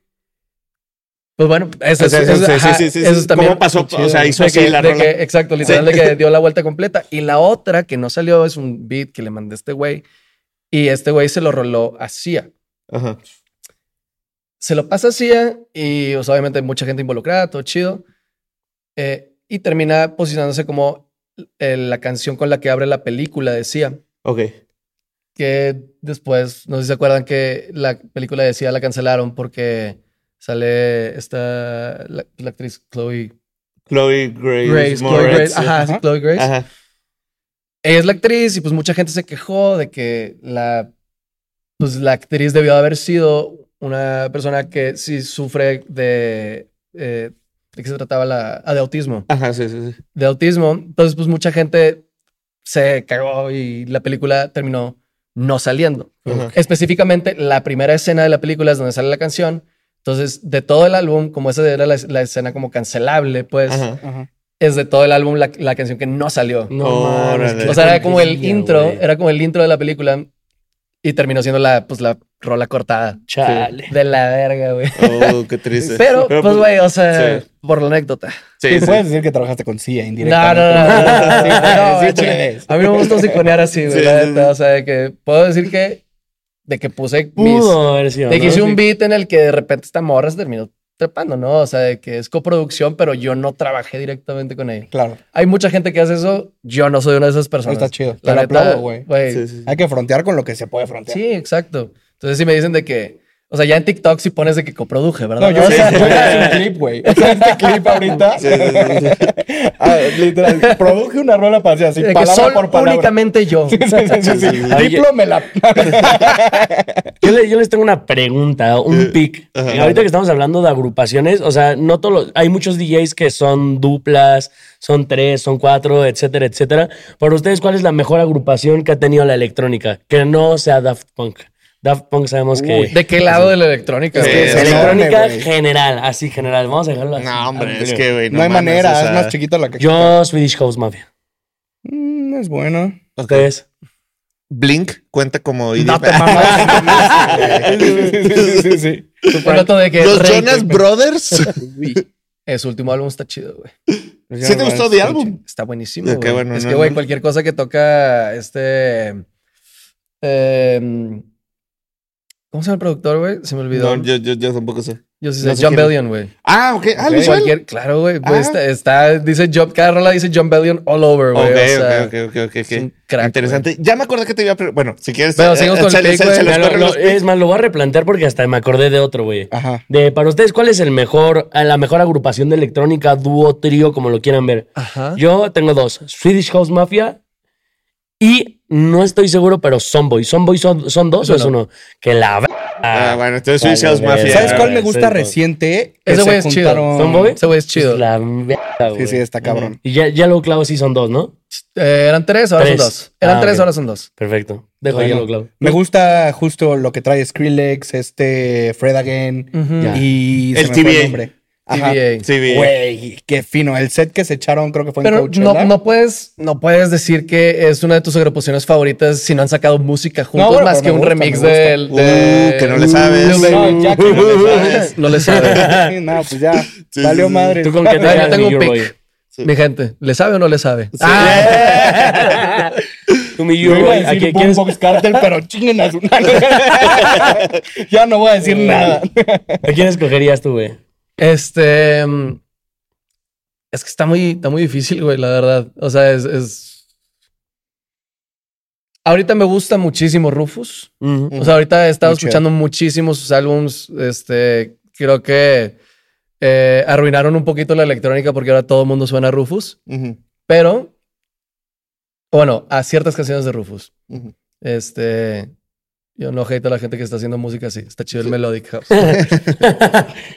E: pues bueno, eso,
D: O sea,
E: es- eso-
D: sí,
E: ajá,
D: sí, sí, sí.
E: eso es también.
D: ¿Cómo pasó?
E: Qué chido.
D: O sea, hizo
E: De
D: así
E: que-
D: la
E: de
D: rola.
E: que- exacto, literal,
D: Sí.
E: de que dio la vuelta completa. Y la otra que no salió es un beat que le mandé a este güey. Y este güey se lo roló a Sia.
D: Ajá.
E: se lo pasa a Sia y pues, obviamente hay mucha gente involucrada, todo chido. Eh, y termina posicionándose como eh, la canción con la que abre la película de Sia.
D: Ok.
E: Que después, no sé si se acuerdan que la película de Sia la cancelaron porque sale esta, la, la actriz Chloe
D: Chloe Grace.
E: Grace. Chloe
D: Moretz,
E: Grace.
D: sí.
E: Ajá, sí,
C: Ajá.
E: Chloe Grace.
D: Ajá.
E: Ella es la actriz y pues mucha gente se quejó de que la, pues la actriz debió haber sido una persona que sí sufre de, eh, ¿de qué se trataba la, ah, de autismo.
D: Ajá, sí, sí, sí.
E: De autismo. Entonces pues mucha gente se cagó y la película terminó no saliendo.
D: Ajá.
E: Específicamente la primera escena de la película es donde sale la canción. Entonces de todo el álbum, como esa era la, la escena como cancelable, pues
D: Ajá.
C: Ajá.
E: es de todo el álbum la, la canción que no salió.
B: No,
D: Órale.
B: mames, qué
E: O sea, era como el
B: porquería,
E: intro,
B: güey.
E: era como el intro de la película y terminó siendo la, pues, la rola cortada.
B: Chale.
E: De la verga, güey.
D: Oh, qué triste.
E: Pero, pues, güey, o sea,
D: sí.
E: por la anécdota.
D: Sí,
C: Sí,
D: sí.
C: puedes decir que trabajaste con CIA
E: No, no,
C: indirectamente.
E: no. no, no, sí, no,
C: Sí
E: eh,
C: puedes.
E: a mí no me gusta siconear así, güey.
D: Sí,
E: la
D: sí,
E: neta,
D: sí.
E: O sea, de que puedo decir que, de que puse mis...
B: Pudo haber sido.
E: De que
B: ¿no?
E: hice un
B: Sí.
E: beat en el que de repente esta morra se terminó trepando, ¿no? O sea, de que es coproducción, pero yo no trabajé directamente con ella.
C: Claro.
E: Hay mucha gente que hace eso. Yo no soy una de esas personas.
C: Está chido. Te
E: La
C: lo
E: neta,
C: aplaudo, güey.
D: Sí, sí, sí.
C: Hay que frontear con lo que se puede frontear.
E: Sí, exacto. Entonces, si me dicen de que, o sea, ya en TikTok si pones de que coproduje, ¿verdad?
C: No, yo
E: O
C: voy
E: sea,
C: a yo voy a hacer un clip, güey. O sea, este clip ahorita.
D: Sí, sí, sí, sí.
C: Ah, literal, produje una rola para hacer así,
E: de que
C: palabra
E: soy
C: por palabra.
E: únicamente yo.
C: Sí, sí, sí, sí, sí.
B: Oye.
C: Diplo me la.
B: Yo, le- yo les tengo una pregunta, un pick.
D: Eh, ajá.
B: Ahorita que estamos hablando de agrupaciones, o sea, no todos los- hay muchos DJs que son duplas, son tres, son cuatro, etcétera, etcétera. Para ustedes, ¿cuál es la mejor agrupación que ha tenido la electrónica? Que no sea Daft Punk. Daft Punk sabemos que...
E: ¿De qué lado de la electrónica?
D: Es
E: güey?
D: que
B: Es
D: es
B: electrónica
C: enorme, güey.
B: general, así general. Vamos a dejarlo así.
D: No,
B: Ah,
D: hombre, es que, güey.
C: No hay
D: mames,
C: manera,
D: o sea,
C: es más chiquita la que.
B: Yo, Swedish House Mafia.
C: Mm, es bueno.
B: Ustedes.
D: Blink cuenta como
C: No
D: idioma.
C: te mames. sí, sí, sí.
E: Un dato de que
D: Los
E: Rey-
D: Jonas Brothers. ¿Sí
E: Uy, eh, su último álbum está chido, güey.
D: te gustó de álbum?
E: Está buenísimo.
D: Ya,
E: güey.
D: qué bueno,
E: es
D: no,
E: que, güey,
D: no.
E: cualquier cosa que toca este. eh, ¿Cómo se llama el productor, güey? Se me olvidó.
D: No,
E: yo,
D: yo, yo, yo tampoco sé.
E: sí
D: no
E: sé,
D: sé
E: John
D: quién.
E: Bellion, güey.
D: Ah, ok. Ah,
E: Ok,
D: lo hizo él.
E: cualquier- Claro, güey. güey,
D: Ah.
E: está, está- dice John, cada rola dice John Bellion all over,
D: Ok,
E: güey. o sea,
D: ok, ok, ok, ok.
E: es un crack,
D: Interesante. Ya me acordé que te iba a pre- Bueno, si quieres.
E: Pero
D: eh,
E: seguimos con el
D: échale,
E: pick, güey.
D: échale,
B: Ya, lo-
D: espérame,
B: lo- eh, es más, lo voy a replantear porque hasta me acordé de otro, güey.
C: Ajá.
B: De, para ustedes, ¿cuál es el mejor, a la mejor agrupación de electrónica, dúo, trío, como lo quieran ver?
E: Ajá.
B: Yo tengo dos: Swedish House Mafia y no estoy seguro, pero Sonboy. ¿Sonboy son, son dos
E: Eso
B: o es
E: no.
B: uno? Que la. ver-
D: Ah, bueno, entonces
B: Vale,
D: Swiss House
B: vale.
D: Mafia.
C: ¿Sabes cuál me
B: güey,
C: gusta
B: sí,
C: reciente? Que se
E: Ese güey es chido.
C: juntaron-
B: ¿Son Bobby?
E: Ese güey es chido.
B: Es La. verga,
C: Sí,
B: güey.
C: sí, está cabrón.
B: Y ya, ya lo clavo, sí son dos, ¿no?
E: Eh, eran tres, ahora
B: Tres.
E: son dos. Eran
B: Ah,
E: tres,
B: ok.
E: ahora son dos.
B: Perfecto. Dejo
C: Bueno,
B: ya lo clavo.
C: Me gusta justo lo que trae Skrillex, este Fred Again
E: Ujú.
B: Ya.
C: y
D: El
C: se me fue
D: TBA.
C: nombre. Ajá.
E: TBA.
D: Sí, vi.
C: Güey, qué fino. El set que se echaron creo que fue en
E: Pero
C: Coachella.
E: no, no puedes, no puedes decir que es una de tus agrupaciones favoritas si no han sacado música juntos
C: bueno,
E: más
C: pero
E: que
C: me
E: un
C: gusta,
E: remix
C: me gusta.
E: del.
D: Uh,
E: de-
D: que no le sabes.
E: Lil Baby.
C: No, ya que no le sabes.
E: No le sabes.
C: Sí, no, pues ya. Valió
D: sí, sí.
C: madre.
B: ¿Tú con qué te
E: Bueno, yo
B: quedas, mi
E: tengo un
B: Euroboy?
E: pick. Mi gente, ¿le sabe o no le sabe?
B: Ah.
E: Ah,
B: Tú, mi
C: Yo iba a
B: Euroboy, ¿a
C: decir
B: qué quieres?
C: Boombox Cartel, pero chinguen a su Ya no voy a decir nada.
B: ¿A quién escogerías tú, güey?
E: Este. mm, Es que está muy, está muy difícil, güey, la verdad. O sea, es, es- Ahorita me gusta muchísimo Rufus. O sea, ahorita he estado
C: Muy chido.
E: escuchando muchísimo sus álbums. Este, creo que eh, arruinaron un poquito la electrónica porque ahora todo el mundo suena a Rufus.
D: Ujú,
E: Pero, bueno, a ciertas canciones de Rufus.
D: ujú.
E: Este, yo no hate a la gente que está haciendo música así. Está chido el Melodic House.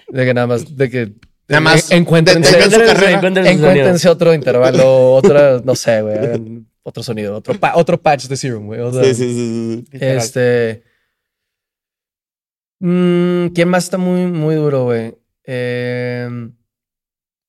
E: de que nada más, de que
D: Nada más.
E: en- encuéntrense,
D: de- de-
B: Encuéntrense,
D: carrera.
B: encuéntrense su
E: encuéntrense otro intervalo, otra, no sé, güey, hagan otro sonido, otro, pa- otro patch de Serum, güey. o sea,
D: Sí, sí, sí, sí, sí.
E: Este. mm, ¿Quién más está muy, muy duro, güey? Em,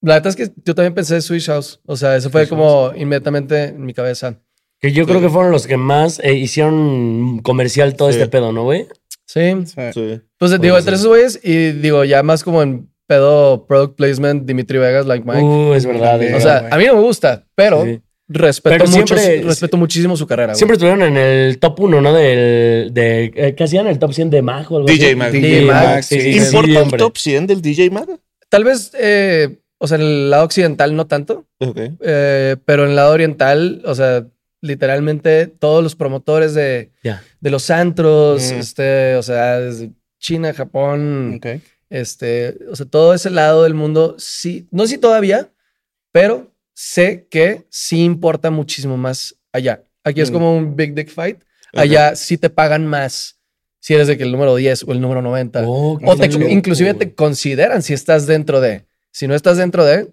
E: la verdad es que yo también pensé Switch House. O sea, eso fue como inmediatamente en mi cabeza.
B: Que yo creo que fueron los que más eh, hicieron comercial todo
D: Sí.
B: este pedo, ¿no, güey?
E: Sí.
D: Sí.
E: Pues digo,
B: Puede
E: entre esos güeyes y digo, ya más como en pedo product placement, Dimitri Vegas, like Mike.
B: Uh, es verdad.
C: También,
B: eh.
E: o sea,
C: güey.
E: a mí no me gusta, pero
B: Sí.
E: respeto
B: Pero
E: mucho,
B: siempre-
E: respeto muchísimo su carrera. Ah, güey.
B: siempre estuvieron en el top 1, ¿no? Del, de, eh, ¿Qué hacían? El top 100 de Majo. algo
D: DJ
B: así.
D: Mag.
E: DJ Mag,
C: sí.
D: ¿Importa un
B: siempre.
D: top 100 del DJ Mag?
E: Tal vez, eh, o sea, en el lado occidental no tanto,
D: Ok.
E: eh, pero en el lado oriental, o sea, literalmente todos los promotores de,
B: Ya.
E: de los antros,
D: Mm.
E: este, o sea, desde China, Japón,
C: Ok.
E: este, o sea, todo ese lado del mundo, sí, no sé si todavía, pero sé que sí importa muchísimo más allá. Aquí es
D: Mm.
E: como un big dick fight.
D: Ok.
E: Allá sí te pagan más si eres de que el número 10 o el número 90.
B: Oh, qué
E: o te,
B: loco,
E: inclusive
B: güey.
E: te consideran si estás dentro de. Si no estás dentro de,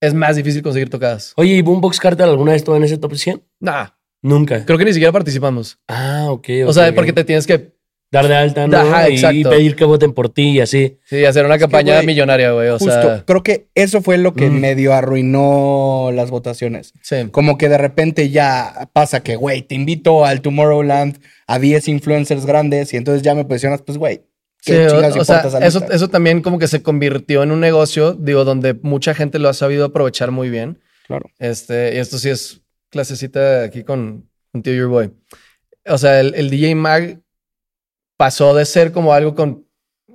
E: es más difícil conseguir tocadas.
B: Oye, ¿y Boombox Cartel alguna vez estuvo en ese top 100?
E: Nah,
B: Nunca.
E: creo que ni siquiera participamos.
B: Ah, ok.
E: O sea, porque te tienes que
B: Dar de alta, ¿no?
E: Ajá,
B: y,
E: exacto.
B: pedir que voten por ti y así.
E: sí, hacer una campaña
C: güey,
E: millonaria, güey. O
C: Justo,
E: sea,
C: creo que eso fue lo que
B: Mm.
C: medio arruinó las votaciones.
E: sí.
C: Como que de repente ya pasa que, güey, te invito al Tomorrowland a 10 influencers grandes y entonces ya me presionas, pues, güey,
E: Sí,
C: ¿qué
E: o,
C: chingados
E: o sea,
C: importas a la
E: eso,
C: lista?
E: eso también como que se convirtió en un negocio, digo, donde mucha gente lo ha sabido aprovechar muy bien.
C: Claro.
E: Este, y esto sí es clasecita aquí con, un Tío Your Boy. O sea, el, el DJ Mag pasó de ser como algo con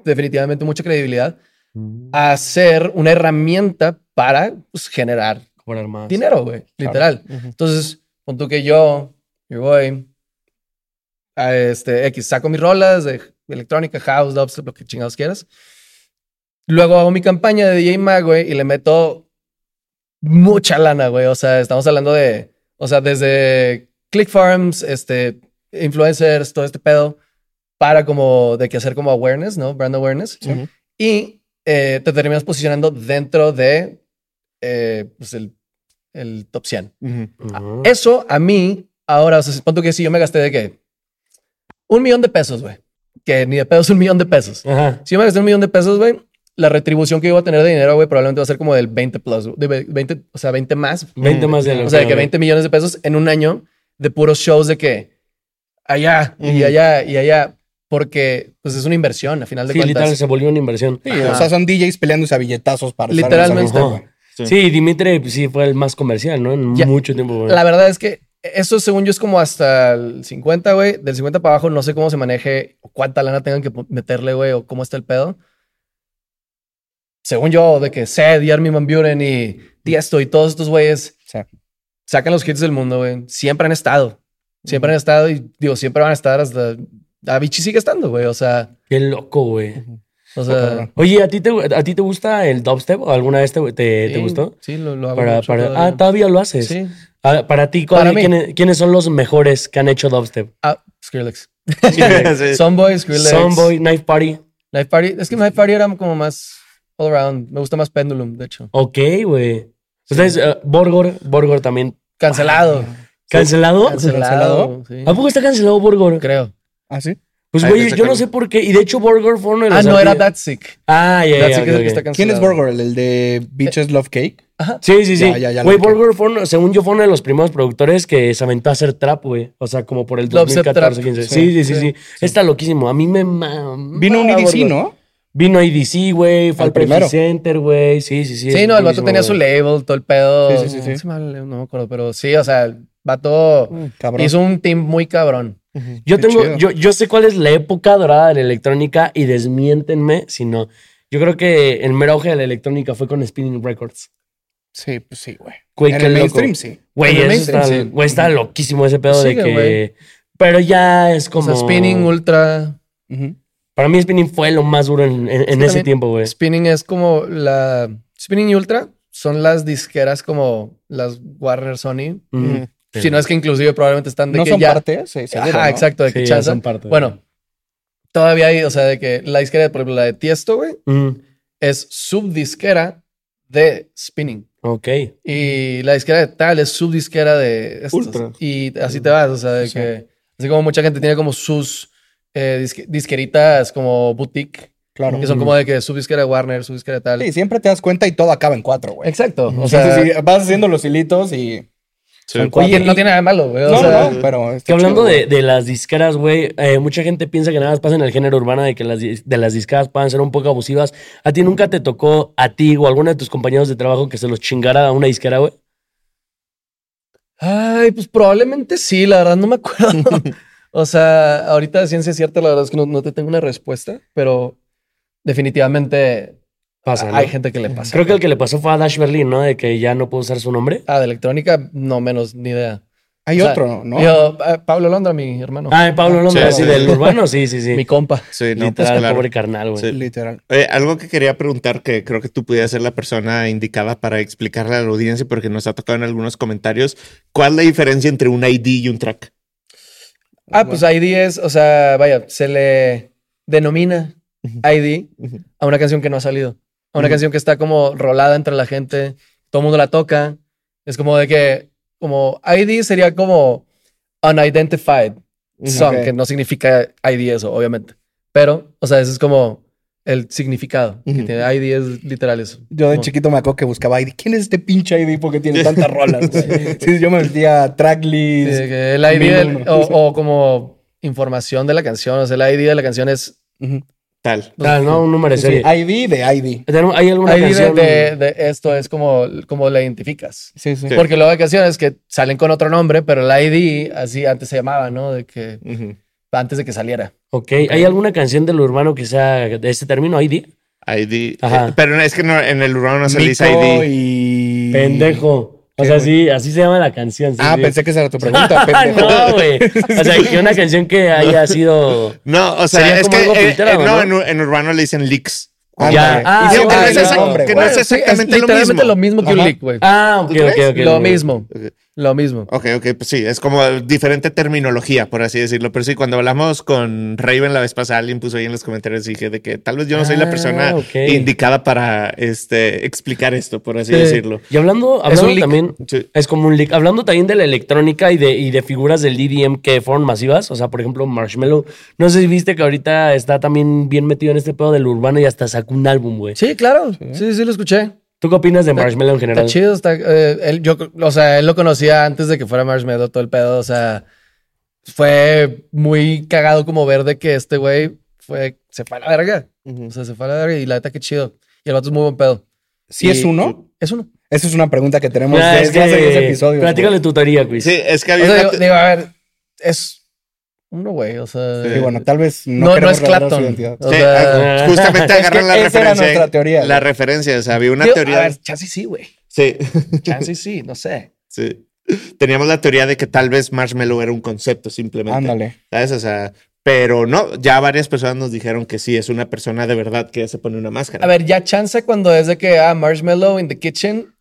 E: definitivamente mucha credibilidad
C: Mm.
E: a ser una herramienta para pues, generar
B: Cobrar más.
E: dinero, güey, literal. Entonces, pon tú que yo, yo voy a este X, saco mis rolas de electrónica, house, dubstep, lo que chingados quieras. Luego hago mi campaña de DJ Mag, güey, y le meto mucha lana, güey. O sea, estamos hablando de, o sea, desde Click Farms, este, influencers, todo este pedo, para como de que hacer como awareness, ¿no? Brand awareness.
D: Ujú.
E: Y eh, te terminas posicionando dentro de, eh, pues, el, el top 100.
D: Ujú.
B: Ujú.
E: Eso a mí, ahora, o sea, punto que si yo me gasté de qué? Un millón de pesos, güey. Que ni de pedos un millón de pesos.
B: Ajá.
E: Si yo me gasté un millón de pesos, güey, la retribución que yo voy a tener de dinero, güey, probablemente va a ser como del 20 plus, de ve- 20, o sea, 20 más.
B: 20 más de lo
E: O sea, de que
B: era.
E: 20 millones de pesos en un año de puros shows de que allá y
D: Ujú.
E: allá y allá, porque pues es una inversión, a final de
B: Sí, literal,
E: cuentas.
B: se volvió una inversión.
C: Sí,
E: Ajá.
C: o sea, son DJs peleándose a billetazos para estar en
E: Literalmente.
C: esa música.
D: Sí.
B: Sí, Dimitri pues, sí fue el más comercial, ¿no? En
E: Ya.
B: mucho tiempo. güey.
E: La verdad es que eso, según yo, es como hasta el 50, güey. Del 50 para abajo, no sé cómo se maneje, o cuánta lana tengan que po- meterle, güey, o cómo está el pedo. Según yo, de que Sed y Armin Van Buren y Tiesto y todos estos güeyes
C: Sí.
E: sacan los hits del mundo, güey. Siempre han estado. Siempre han estado y, digo, siempre van a estar hasta... Avicii sigue estando, güey. O sea,
B: Qué loco, güey.
E: o sea...
C: perdón.
B: Oye, ¿a ti, te, ¿a ti te gusta el dubstep o alguna vez te, te- te
E: sí,
B: gustó?
E: Sí, lo, lo hago
B: Para,
E: mucho
B: para-
E: todavía.
B: ah, todavía lo haces.
E: Sí.
B: Ah, para ti,
E: Para
B: ¿cuál-
E: mí.
B: ¿quiénes, quiénes son los mejores que han hecho dubstep?
E: Ah, Skrillex.
D: Sí.
E: Sunboy, Skrillex.
B: Sunboy, Knife Party.
E: Life Party. Es que Life Party era como más all around. Me gusta más Pendulum, de hecho.
B: Ok, güey. Entonces, eh, Borgor, Borgor también.
E: Cancelado.
C: Ah,
B: ¿Cancelado?
E: Cancelado. sí.
B: ¿A poco está cancelado Borgor?
E: Creo.
C: ¿Ah, sí?
B: Pues,
D: Ahí
B: güey,
D: está
B: yo no
D: claro.
B: sé por qué. Y de hecho, Borgor fue uno de los.
E: Ah, no, era
B: artistas-
E: That Sick.
B: Ah, ya,
E: That
B: ya.
E: Sick
B: ok,
E: es el que
B: ok.
E: está cancelado.
C: ¿Quién es Burger? ¿El de Bitches Love Cake?
B: Sí, sí, sí.
C: Ya, ya, ya lo
B: Güey,
C: ubiqué.
B: Borgor fue, uno- según yo, fue uno de los primeros productores que se aventó a hacer trap, güey. O sea, como por el
E: Dubstep
B: 2014,
E: trap.
B: 15.
E: Sí,
B: Sí, sí, sí,
E: sí,
B: sí. Está loquísimo. A mí me. ma-
C: Vino un
B: ma-
C: EDC,
B: Ah, Borgor.
C: ¿no?
B: Vino IDC, güey. Fue
C: Al
B: al Prefi
C: primero.
B: Center, güey. Sí, sí, sí.
E: Sí, no, el vato
B: loquísimo,
E: tenía
B: güey.
E: su label, todo el pedo.
C: Sí, sí, sí, sí.
E: No sé mal, No me acuerdo, pero sí, o sea, el vato
C: Ah, Cabrón.
E: hizo un team muy cabrón.
B: Yo
C: Qué
B: tengo,
C: chido.
B: yo, yo sé cuál es la época dorada de la electrónica y desmiéntenme si no. Yo creo que el mero auge de la electrónica fue con Spinning Records.
C: Sí, pues sí, güey.
B: Güey,
C: en
B: qué
C: el
B: loco.
C: mainstream, sí.
B: Güey,
C: En el
B: eso
C: mainstream,
B: está,
C: sí.
B: güey, está loquísimo ese pedo
E: Sigue,
B: de que.
E: güey.
B: Pero ya es
E: O
B: como.
E: sea, Spinning, Ultra.
C: Ujú.
B: Para mí Spinning fue lo más duro en, en- en
E: que
B: ese
E: también-
B: tiempo, güey.
E: Spinning es como la. Spinning y Ultra son las disqueras como las Warner Sony.
B: Ujú.
E: Si no es que inclusive probablemente están de
C: ¿No
E: que
C: son
E: ya.
C: parte? Sí, seguro,
E: Ajá,
C: ¿no?
E: exacto, de que
B: Sí, ya
E: chanza.
B: son parte de-
E: Bueno, todavía hay, o sea, de que la disquera, por ejemplo, la de Tiesto, güey,
B: Ujú.
E: es subdisquera de Spinning.
B: Ok.
E: Y la disquera de tal es subdisquera de estos.
D: Ultra.
E: Y así te vas, o sea, de
C: Sí.
E: que. Así como mucha gente tiene como sus eh, disque- disqueritas como boutique,
C: Claro.
E: que son como de que subdisquera de Warner, subdisquera de tal.
C: Sí, siempre te das cuenta y todo acaba en cuatro, güey.
E: Exacto. O
C: O sea,
E: sea,
C: sí, sí, vas haciendo los hilitos y...
D: Sí.
C: Son
E: oye,
C: cuatro.
E: no tiene nada de malo, güey. O
C: No,
E: sea,
C: no, no, pero...
B: Que
C: está
B: hablando
C: chido,
B: de,
C: güey.
B: de las discaras, güey, eh, mucha gente piensa que nada más pasa en el género urbano de que las, dis- de las discaras puedan ser un poco abusivas. ¿A ti nunca te tocó a ti o a alguno de tus compañeros de trabajo que se los chingara a una discara, güey?
E: Ay, pues probablemente sí, la verdad no me acuerdo. o sea, ahorita de ciencia cierta, la verdad es que no, no te tengo una respuesta, pero definitivamente
B: Pasa, ¿no?
E: hay gente que le pasa.
B: Creo que el que le pasó fue a Dash Berlin, ¿no? De que ya no puedo usar su nombre.
E: Ah, de electrónica, no menos, ni idea.
C: Hay
E: o sea,
C: otro, ¿no?
E: Yo, ah, Pablo Londra, mi hermano,
B: Ah, Pablo Londra,
D: Sí,
B: sí,
D: sí,
B: del
D: sí.
B: urbano, sí, sí, sí.
E: mi compa.
D: Sí, no, pues
B: Literal,
D: claro.
B: pobre carnal, güey.
D: Sí.
C: Literal.
D: Eh, algo que quería preguntar que creo que tú pudieras ser la persona indicada para explicarle a la audiencia porque nos ha tocado en algunos comentarios. ¿Cuál es la diferencia entre un ID y un track?
E: Ah, pues ID es, o sea, vaya, se le denomina ID
D: Ujú.
E: a una canción que no ha salido, a una
D: Ujú.
E: canción que está como rolada entre la gente, todo el mundo la toca. Es como de que, como ID sería como unidentified song,
C: ok.
E: que no significa ID eso, obviamente. Pero, o sea, ese es como el significado. que
D: Ujú.
E: tiene. ID es literal eso.
C: Yo de
E: Como-
C: chiquito me acuerdo que buscaba ID. ¿Quién es este pinche ID? Porque tiene tantas rolas, güey. Sí, yo me metía a
E: Sí,
C: tracklist.
E: de Eh, que el ID
C: Mil
E: del-
C: uno.
E: o, o como información de la canción, o sea, el ID de la canción es
C: Ujú.
D: Tal.
B: Ah, no, un número de
C: Sí, sí,
B: serie.
C: ID de ID.
B: ¿Tenemos- ¿Hay alguna
E: ID de,
B: canción?
E: de- de esto es como, como la identificas.
C: Sí, sí.
D: Sí.
E: Porque luego hay canciones que salen con otro nombre, pero el ID así antes se llamaba, ¿no? De que
D: Ujú.
E: antes de que saliera.
B: Ok, ¿hay alguna canción del urbano que sea de este término, ID?
D: ID.
B: Ajá.
D: Eh, pero es que no, en el urbano no se le dice
C: Mico
D: ID.
C: y...
B: Pendejo. O
C: ¿Qué,
B: sea,
C: güey?
B: sí, así se llama la canción. sí,
C: Ah,
B: sí.
C: pensé que esa era tu pregunta, pendejo.
B: no, güey. O sea, que una canción que haya sido.
D: No, o sea,
B: Sería
D: es
B: como
D: que
B: algo
D: eh,
B: filtrado,
D: eh, no,
B: ¿no?
D: En, ur- en urbano le dicen leaks.
B: Ya. Ah,
D: Y
B: sí,
D: que no
B: ah,
D: es
B: ya,
D: exact-
B: hombre,
D: que no
B: güey.
D: es
E: sí,
D: exactamente lo
E: literalmente
D: mismo.
E: lo mismo que un
C: Ajá.
E: leak, güey.
B: Ah, ok,
D: ¿Tú
B: ok,
D: crees?
B: ok.
E: lo
B: ok.
E: mismo,
D: Ok.
E: lo mismo.
D: Ok, ok, pues sí, es como diferente terminología, por así decirlo. Pero sí, cuando hablamos con Raven la vez pasada, alguien puso ahí en los comentarios y dije de que tal vez yo no soy la
B: Ah,
D: persona
B: ok.
D: indicada para este, explicar esto, por así
E: Sí.
D: decirlo.
B: Y hablando,
E: Es un
B: hablando
E: leak.
B: también.
D: Sí.
B: Es como un leak. Hablando también de la electrónica y de, y de figuras del DDM que fueron masivas. O sea, por ejemplo, Marshmallow. No sé si viste que ahorita está también bien metido en este pedo del urbano y hasta sacó un álbum, güey.
E: Sí, claro. Sí, sí, lo escuché.
B: ¿Tú qué opinas de Marshmallow en
E: Está
B: general?
E: chido. Está, eh, él, yo, o sea, él lo conocía antes de que fuera Marshmallow, todo el pedo. O sea, fue muy cagado como ver de que este güey fue, se fue a la verga. O sea, se fue a la verga y la neta, qué chido. Y el vato es muy buen pedo.
C: ¿Sí
E: Y-
C: es uno?
E: Es uno.
C: Esa es una pregunta que tenemos
B: Ya, Ah, es
C: desde hace dos
B: que-
C: episodios.
B: Platícale tu teoría, Chris.
D: Sí, es que
E: O
D: había
E: sea,
D: una
E: digo,
D: te-
E: digo, a ver, es uno, güey. O sea,
C: güey. Y bueno, tal vez no,
E: no, no,
C: queremos
E: es
C: revelar su
E: Clapton.
C: identidad.
E: O
D: Sí,
E: sea,
D: ah, justamente
C: Es que
D: agarran la
C: esa era
D: referencia.
C: nuestra teoría,
D: La
C: güey.
D: referencia, o sea, había una
E: digo,
D: teoría.
E: A ver, chance sí, güey.
D: Sí,
E: Chance sí, no sé.
D: sí. Teníamos la teoría de que tal vez Marshmallow era un concepto simplemente.
C: Ándale.
D: ¿Sabes? O sea, pero no, ya varias personas nos dijeron que sí, es una persona de verdad que ya se pone una máscara.
E: A ver, ya chance cuando es de que, ah, marshmallow in the kitchen.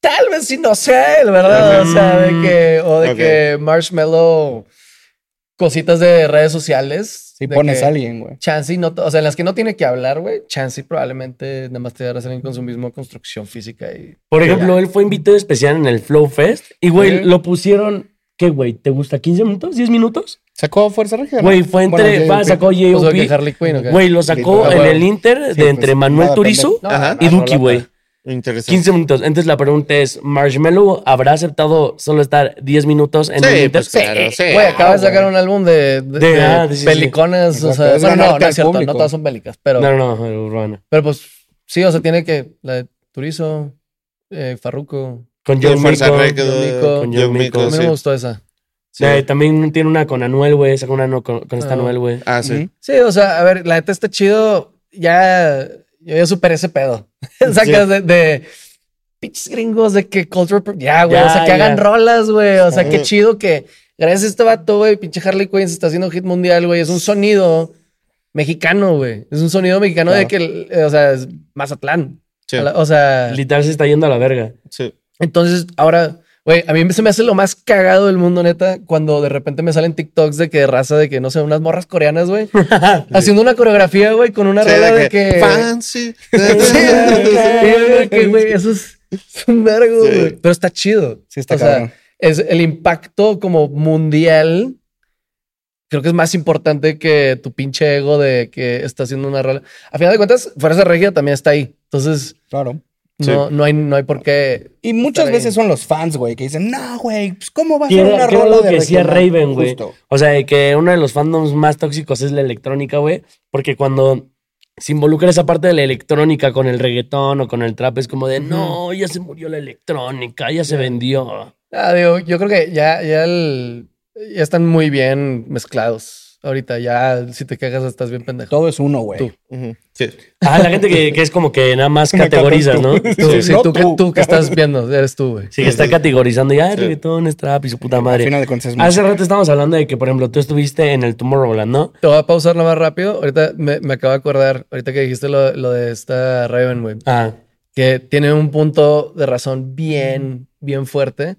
E: Tal vez sí, no sé, la verdad. O sea, de que, o de
D: Ok.
E: que marshmallow, cositas de redes sociales.
C: Si
E: de
C: pones
E: que
C: a alguien, güey.
E: Chance y no, o sea, en las que no tiene que hablar, güey. Chance y probablemente nada más te darás a alguien con su misma construcción física y.
B: Por ejemplo, él fue invitado especial en el Flow Fest y, güey,
E: Sí.
B: lo pusieron. ¿Qué, güey? ¿Te gusta? ¿15 minutos? ¿10 minutos?
C: ¿Sacó Fuerza Regia? no?
B: Güey, fue
C: Bueno,
B: entre.
C: J.O.P.
B: va, sacó
E: O sea,
B: J.O.P.
E: Pues, que Harley Quinn, ¿o qué?
B: Güey, lo
C: Ah,
B: sacó en
E: bueno.
B: el Inter
C: Sí,
B: de
C: pues,
B: entre Manuel
C: nada,
B: Turizo
E: No,
D: Ajá.
E: no,
B: y
E: no,
B: Duki,
E: no,
B: güey.
D: Interesante.
B: 15 minutos. Entonces la pregunta es, ¿Marshmallow habrá aceptado solo estar 10 minutos en el
D: Sí,
B: Inter?
D: pues claro, sí.
E: Güey, acabas de
C: güey.
E: sacar un álbum de, de,
B: De-
E: de
B: ah, sí, sí, sí.
E: pelicones. O
C: Exacto,
E: sea,
C: es
E: bueno, no,
C: ganarte
E: no
C: al
E: es cierto.
C: público.
E: No todas son bélicas, pero,
B: No, no, no, Urbana.
E: pero pues sí, o sea, tiene que. La de Turizo, eh, Farruko.
B: Con
D: Yo
B: John
D: Fuerza
B: Mico.
D: Record,
E: John Mico.
D: con
B: John
D: John
E: A
D: Mico,
E: mí no
D: sí.
E: me gustó esa.
D: Sí.
B: Eh, también tiene una con Anuel, güey. Sacó una no- con, con esta
E: Ah.
B: Anuel, güey.
D: Ah, sí.
C: Ujú.
E: Sí, o sea, a ver, la neta está chido. Ya, yo ya superé ese pedo. Sacas de, de pinches gringos de que cultural. pro- Ya, güey.
B: Ya,
E: o sea, que
B: ya.
E: hagan rolas, güey. O sea,
D: Sí.
E: qué chido que gracias a este vato, güey, pinche Harley Quinn se está haciendo hit mundial, güey. Es un sonido mexicano, güey. Es un sonido mexicano de que, eh, o sea, es Mazatlán.
D: Sí,
E: O sea,
B: Literal se está yendo a la verga.
D: sí.
E: entonces, ahora, güey, a mí se me hace lo más cagado del mundo, neta, cuando de repente me salen TikToks de que raza de que, no sé, unas morras coreanas, güey, haciendo una coreografía, güey, con una
D: Sí,
E: rola de que...
D: Fancy.
E: Sí, de que, güey, eso es, es un vergo,
D: Sí.
E: güey. Pero está chido.
C: Sí, está
E: o sea,
C: cabrón.
E: es el impacto como mundial. Creo que es más importante que tu pinche ego de que está haciendo una rola. A final de cuentas, Fuerza Regia también está ahí. Entonces,
C: Claro.
D: Sí.
E: no, no, hay, no hay por qué
C: Y muchas
E: Está
C: veces
E: bien.
C: son los fans, güey, que dicen, no, güey, pues ¿cómo va a
B: ¿Qué
C: ser
B: era-
C: una
B: qué era lo
C: rola de
B: que decía
C: regional?"
B: Raven, güey?
C: Justo.
B: O sea, de que uno de los fandoms más tóxicos es la electrónica, güey. Porque cuando se involucra esa parte de la electrónica con el reggaetón o con el trap, es como de, no, ya se murió la electrónica, ya se vendió.
E: Ah, digo, yo creo que ya, ya, el- ya están muy bien mezclados. Ahorita ya, si te cagas, estás bien pendejo.
C: Todo es uno, güey.
E: Tú.
D: Ujú, sí.
B: Ah, la gente que, que es como que nada más categorizas, ¿no?
E: Tú,
C: Sí,
E: sí,
C: no
E: tú, que,
C: tú.
E: tú que estás viendo, eres tú, güey.
B: Sí, que está categorizando ya, el
D: Sí.
B: reggaetón es trap y su puta
C: Al
B: madre.
C: final pues, de cuentas es
B: Hace
C: música.
B: rato estábamos hablando de que, por ejemplo, tú estuviste en el Tomorrowland, ¿no?
E: Te voy a pausarlo más rápido. Ahorita me, me acabo de acordar, ahorita que dijiste lo, lo de esta Raven, güey,
B: Ah,
E: que tiene un punto de razón bien, bien fuerte.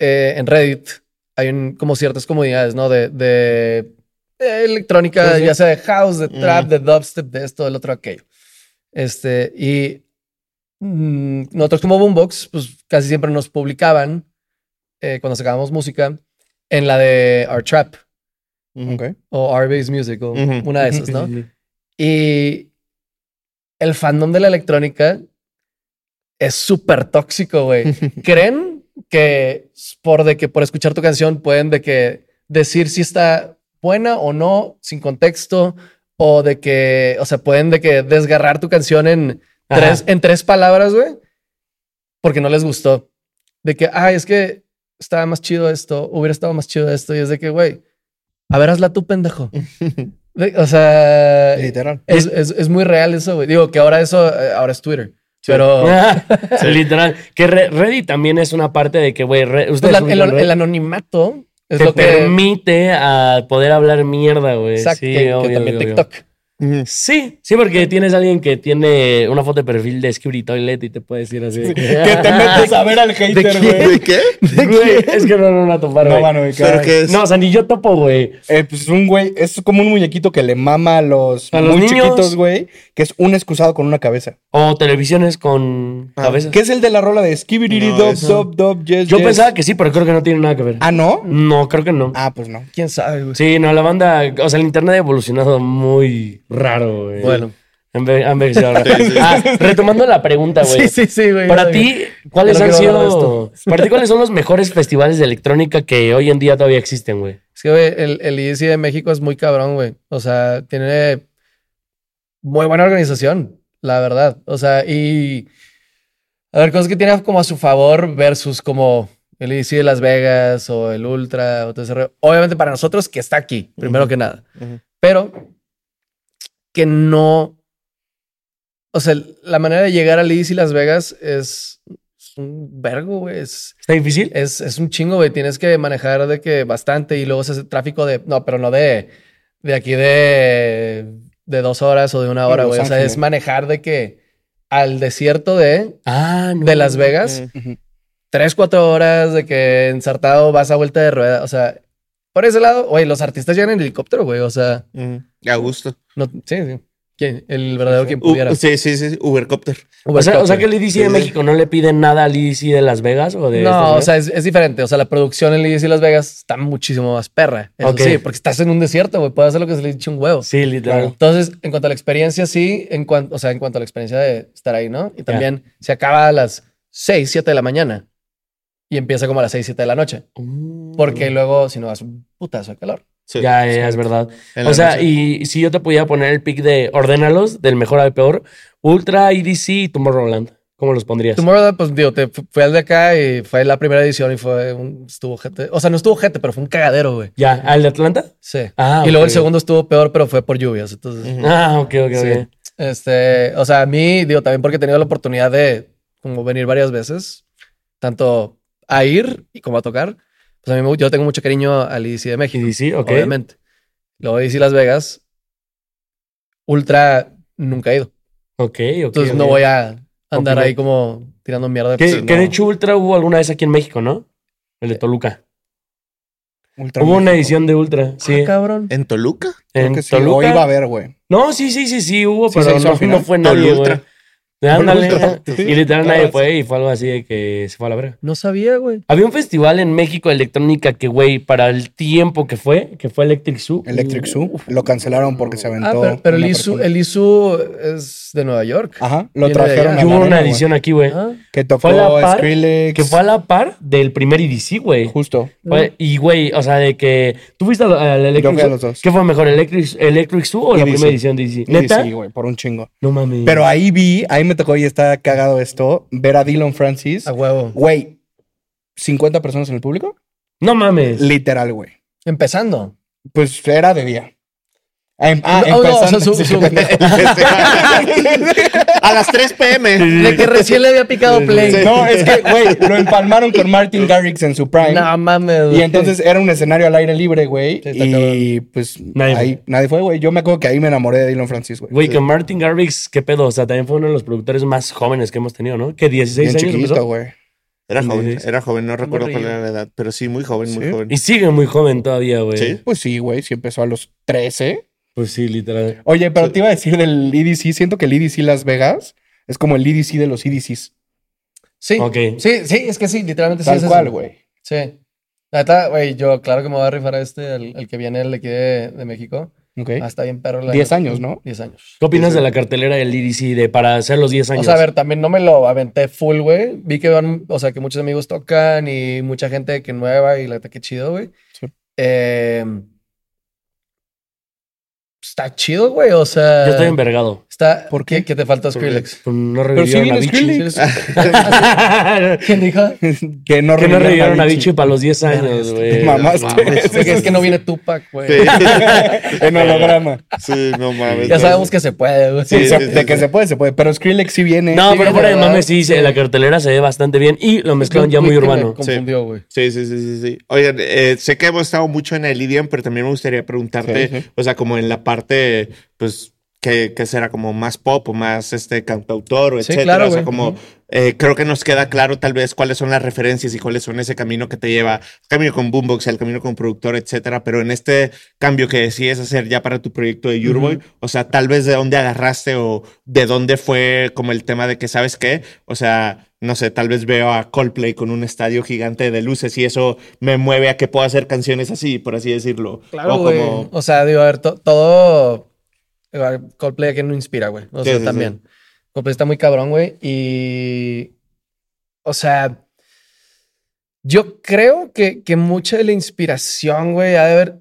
E: Eh, en Reddit hay un- como ciertas comunidades, ¿no? De, de- de electrónica,
C: Sí, sí.
E: ya sea de house, de trap,
D: Mm.
E: de dubstep, de esto, del otro, aquello. Este, y mm, nosotros como Boombox, pues casi siempre nos publicaban eh, cuando sacábamos música en la de Our Trap
D: Ujú.
C: Ok.
E: o Our Bass Music o
D: Ujú.
E: una de esas, ¿no? Y el fandom de la electrónica es súper tóxico, güey. ¿Creen que s- por, de que por escuchar tu canción pueden de que decir si está buena o no sin contexto? O de que, o sea, pueden de que desgarrar tu canción en,
B: Ajá.
E: tres, en tres palabras, güey. Porque no les gustó. De que, ay, es que estaba más chido esto, hubiera estado más chido esto. Y es de que, güey, a ver, hazla tú, pendejo. De- o sea,
C: Literal.
E: es, es, es muy real eso, güey. Digo que ahora eso, eh, ahora es Twitter. Pero
B: Ah,
E: pues,
B: Literal. Que Re- Reddit también es una parte de que, güey, Re-
E: pues,
B: ustedes
E: la-
B: ubican
E: el,
B: Reddit.
E: el anonimato es
B: te
E: lo que.
B: permite a poder hablar mierda, güey.
E: Exacto,
B: sí,
E: que- que,
B: obvio,
E: también
B: obvio, obvio.
E: TikTok.
D: Ujú.
B: Sí, sí, porque tienes a alguien que tiene una foto de perfil de Skibidi Toilet y te puede decir así. de
C: Que te metes a ver al hater,
B: quién?
C: güey.
D: ¿De qué?
B: Güey, es que no, no, no, topar,
C: No
B: güey.
C: van a ubicar.
D: ¿Pero qué es?
B: No, o sea, ni yo topo, güey.
C: Eh, pues es un güey, es como un muñequito que le mama a los,
B: A los
C: muy
B: niños.
C: chiquitos, güey, que es un excusado con una cabeza.
B: O televisiones con
D: Ah,
B: cabezas.
C: Que es el de la rola de Skibidi
D: No,
C: Dop,
D: eso-
C: Dop, Dop, Yes,
B: Yo
C: yes.
B: pensaba que sí, pero creo que no tiene nada que ver.
C: Ah, ¿no?
B: No, creo que no.
C: Ah, pues no.
E: Quién sabe, güey.
B: Sí, no, la banda, o sea, el internet ha evolucionado muy raro, güey.
E: Bueno.
B: Enve- ha envejecido raro.
D: Sí, sí.
B: Ah, retomando la pregunta, Ah, güey.
E: Sí, sí, sí, güey.
B: Para ti, ¿cuáles
E: Ya no
B: han
E: quiero hablar de
B: sido? Para ti, ¿cuáles son los mejores festivales de electrónica que hoy en día todavía existen, güey?
E: Es que, güey, el, el EDC de México es muy cabrón, güey. O sea, tiene muy buena organización, la verdad. O sea, y... A ver, cosas que tiene como a su favor versus como el EDC de Las Vegas o el Ultra o todo ese rollo. Obviamente para nosotros que está aquí, primero que nada.
D: Ujú.
E: Pero que no... O sea, la manera de llegar al EDC Las Vegas es, es un vergo, güey. Es,
B: ¿Está difícil?
E: es, es un chingo, güey. Tienes que manejar de que bastante y luego se hace tráfico de. No, pero no de. De aquí de. De dos horas o de una
C: De
E: hora,
C: Los
E: güey. O sea,
C: Ángeles.
E: es manejar de que al desierto de.
B: Ah, no.
E: De Las Vegas.
C: Ujú.
E: Tres, cuatro horas de que ensartado vas a vuelta de rueda. O sea, por ese lado, güey, los artistas llegan en helicóptero, güey. O sea,
D: Ujú. A gusto.
E: no, sí, sí. ¿Quién? El verdadero quien
D: U-
E: pudiera.
D: sí, sí, sí, sí, Ubercopter.
B: O sea, o sea
E: Ubercopter.
B: que el EDC de México no le piden nada al EDC de Las Vegas o de. Estados
E: No, o
B: Unidos?
E: sea, es, es diferente. O sea, la producción en Lidia y Las Vegas está muchísimo más perra. Eso
B: Ok.
E: sí, porque estás en un desierto, güey. Puedes hacer lo que se le eche un huevo.
B: Sí, literal.
E: Entonces, en cuanto a la experiencia, sí, en cuanto, o sea, en cuanto a la experiencia de estar ahí, ¿no? Y también se acaba a las 6, 7 de la mañana y empieza como a las 6, 7 de la noche. Porque luego, si no, hace un putazo de calor.
D: Sí.
B: Ya, ya, es verdad.
D: En la
B: O sea,
D: noche.
B: y si yo te pudiera poner el pick de ordénalos del mejor al peor, Ultra, EDC y Tomorrowland, ¿cómo los pondrías?
E: Tomorrow, pues digo, te fu- fui al de acá y fue la primera edición y fue un, estuvo gente. O sea, no estuvo gente, pero fue un cagadero, güey.
B: ya, ¿al de Atlanta?
E: Sí.
B: Ah,
E: y luego
B: ok.
E: el segundo estuvo peor, pero fue por lluvias. Entonces,
D: Ujú.
B: Ah, ok, ok,
E: Sí.
B: ok.
E: Este, o sea, a mí, digo, también porque he tenido la oportunidad de como venir varias veces, tanto a ir y como a tocar. Pues a mí me- yo tengo mucho cariño al IDC de México,
B: EDC, E ok.
E: obviamente. Luego IDC Las Vegas, Ultra nunca he ido.
B: Ok, ok.
E: Entonces
B: ok.
E: no voy a andar
B: Opinar.
E: ahí como tirando mierda.
B: Que,
E: pues,
B: que
E: no.
B: de hecho Ultra hubo alguna vez aquí en México, ¿no? El de Toluca.
C: Eh, Ultra
B: hubo una
C: México.
B: edición de Ultra, sí.
E: Ah, cabrón.
D: ¿En Toluca?
C: Creo
B: en
C: que sí,
B: Toluca.
C: o iba a haber, güey.
B: No, sí, sí, sí, sí, hubo,
C: Sí,
B: pero
C: se hizo
B: no,
C: al final.
B: no fue
D: Todo el
B: nadie, güey.
D: Ultra.
B: Ándale.
D: Todo el Ultra.
B: Y literal
D: Sí.
B: nadie fue y fue algo así de que se fue a la verga.
E: No sabía, güey.
B: Había un festival en México de electrónica que, güey, para el tiempo que fue, que fue Electric Zoo.
C: Electric Zoo. Lo cancelaron porque se aventó.
E: Ah, pero, pero el
C: una
E: ISU,
C: persona.
E: el ISU es de Nueva York.
C: Ajá, lo
E: viene de
C: trajeron
E: allá.
C: a
B: Y hubo
C: Madonna,
B: una
C: güey,
B: edición aquí, güey,
E: Ah,
C: Que tocó
B: Fue a la par,
C: Skrillex.
B: que fue a la par del primer EDC, güey.
C: Justo.
B: Fue- Y, güey, o sea, de que... ¿Tú fuiste al, al Electric
C: Yo fui a
B: Zoo?
C: los dos. E
B: ¿Qué fue mejor, Electric, Electric Zoo o la
C: EDC.
B: primera edición de EDC?
C: Y
B: ¿Neta?
C: Sí, güey, por un chingo.
B: no mames.
C: Pero ahí vi, ahí me tocó y está cagado esto, ver a Dylan Francis.
E: a huevo.
C: Güey, 50 personas en el público.
B: No mames.
C: Literal, güey.
E: Empezando.
C: Pues era de día. Em- Ah,
E: No, no, o sea,
C: empezando.
E: su- su-
D: Este, a las 3 pm.
E: De que recién le había picado play.
C: No, es que, güey, lo empalmaron con Martin Garrix en su prime.
E: No mames. güey.
C: Y entonces era un escenario al aire libre, güey.
E: Sí, está
C: y pues
B: Nadie
C: nadie, ahí, nadie fue, güey. Yo me acuerdo que ahí me enamoré de Dylan Francis, güey.
B: Güey, que Martin Garrix, qué pedo. O sea, también fue uno de los productores más jóvenes que hemos tenido, ¿no? Que 16
C: Bien
B: años
C: chiquito,
B: empezó.
C: güey.
D: Era joven,
B: Sí.
D: era joven, no recuerdo cuál
B: Morrillo.
D: era la edad, pero sí, muy joven, muy
C: Sí.
D: joven.
B: Y sigue muy joven todavía, güey.
D: Sí.
C: Pues sí, güey, sí empezó a los 13.
B: Pues sí, literal.
C: Oye, pero te iba a decir del EDC. Siento que el EDC Las Vegas es como el EDC de los E EDCs.
E: Sí.
B: Ok.
E: Sí, sí, es que sí, literalmente sí.
C: Tal
E: es eso.
C: cual, güey.
E: Sí. La neta, güey, yo claro que me voy a rifar a este, el, el que viene el de aquí de, de México.
C: Ok.
E: Ah, está bien, perro. la
C: 10
E: neta.
C: años, ¿no?
E: 10 años.
B: ¿Qué opinas de la cartelera del EDC de para hacer los 10 años?
E: O sea, a ver, también no me lo aventé full, güey. Vi que van, o sea, que muchos amigos tocan y mucha gente que nueva y la neta, qué chido, güey.
C: Sí.
E: Eh, está chido, güey. O sea,
B: Yo estoy envergado.
E: está.
C: ¿Por qué?
E: ¿Qué, qué te falta
D: qué?
E: Skrillex?
B: Con- No
C: Pero sí
B: revivieron a
C: viene
B: Vichy.
C: Skrillex.
E: ¿Quién dijo?
C: que no
B: que no
C: revivieron
B: revivieron a Vichy para los 10 años, güey.
C: Te mamaste.
D: Mames.
E: Porque es que no viene Tupac, güey.
D: Sí.
C: en holograma.
D: Sí, no mames.
E: Ya sabemos que se puede, güey.
D: Sí,
C: Se-
D: sí, sí,
C: de que
D: sí.
C: se puede, se puede. Pero Skrillex sí viene.
B: No, pero
E: Sí,
B: fuera de
E: ¿verdad?
B: mames, sí, se- la cartelera se ve bastante bien y lo mezclaron ya muy
E: Tweet que me
B: urbano.
E: Confundió, güey.
D: Sí, sí, sí, sí, sí. Oigan, eh, sé que hemos estado mucho en el idioma, pero también me gustaría preguntarte,
C: Sí, sí.
D: o sea, como en la parte, pues, que, que será como más pop o más este cantautor o
E: Sí,
D: etcétera.
E: claro,
D: o sea,
E: güey.
D: como
E: Ujú.
D: eh, creo que nos queda claro tal vez cuáles son las referencias y cuáles son ese camino que te lleva, el camino con Boombox, el camino con productor, etcétera. Pero en este cambio que decides hacer ya para tu proyecto de Yurboy, o sea, tal vez de dónde agarraste o de dónde fue como el tema de que, ¿sabes qué? O sea, no sé, tal vez veo a Coldplay con un estadio gigante de luces y eso me mueve a que pueda hacer canciones así, por así decirlo.
E: Claro,
D: o
E: güey.
D: como-
E: O sea, digo, a ver, to- todo eh, Coldplay que no inspira, güey. O
D: Sí,
E: sea,
D: sí, sí.
E: también. Coldplay está muy cabrón, güey. Y. O sea. Yo creo que, que mucha de la inspiración, güey, ha de haber.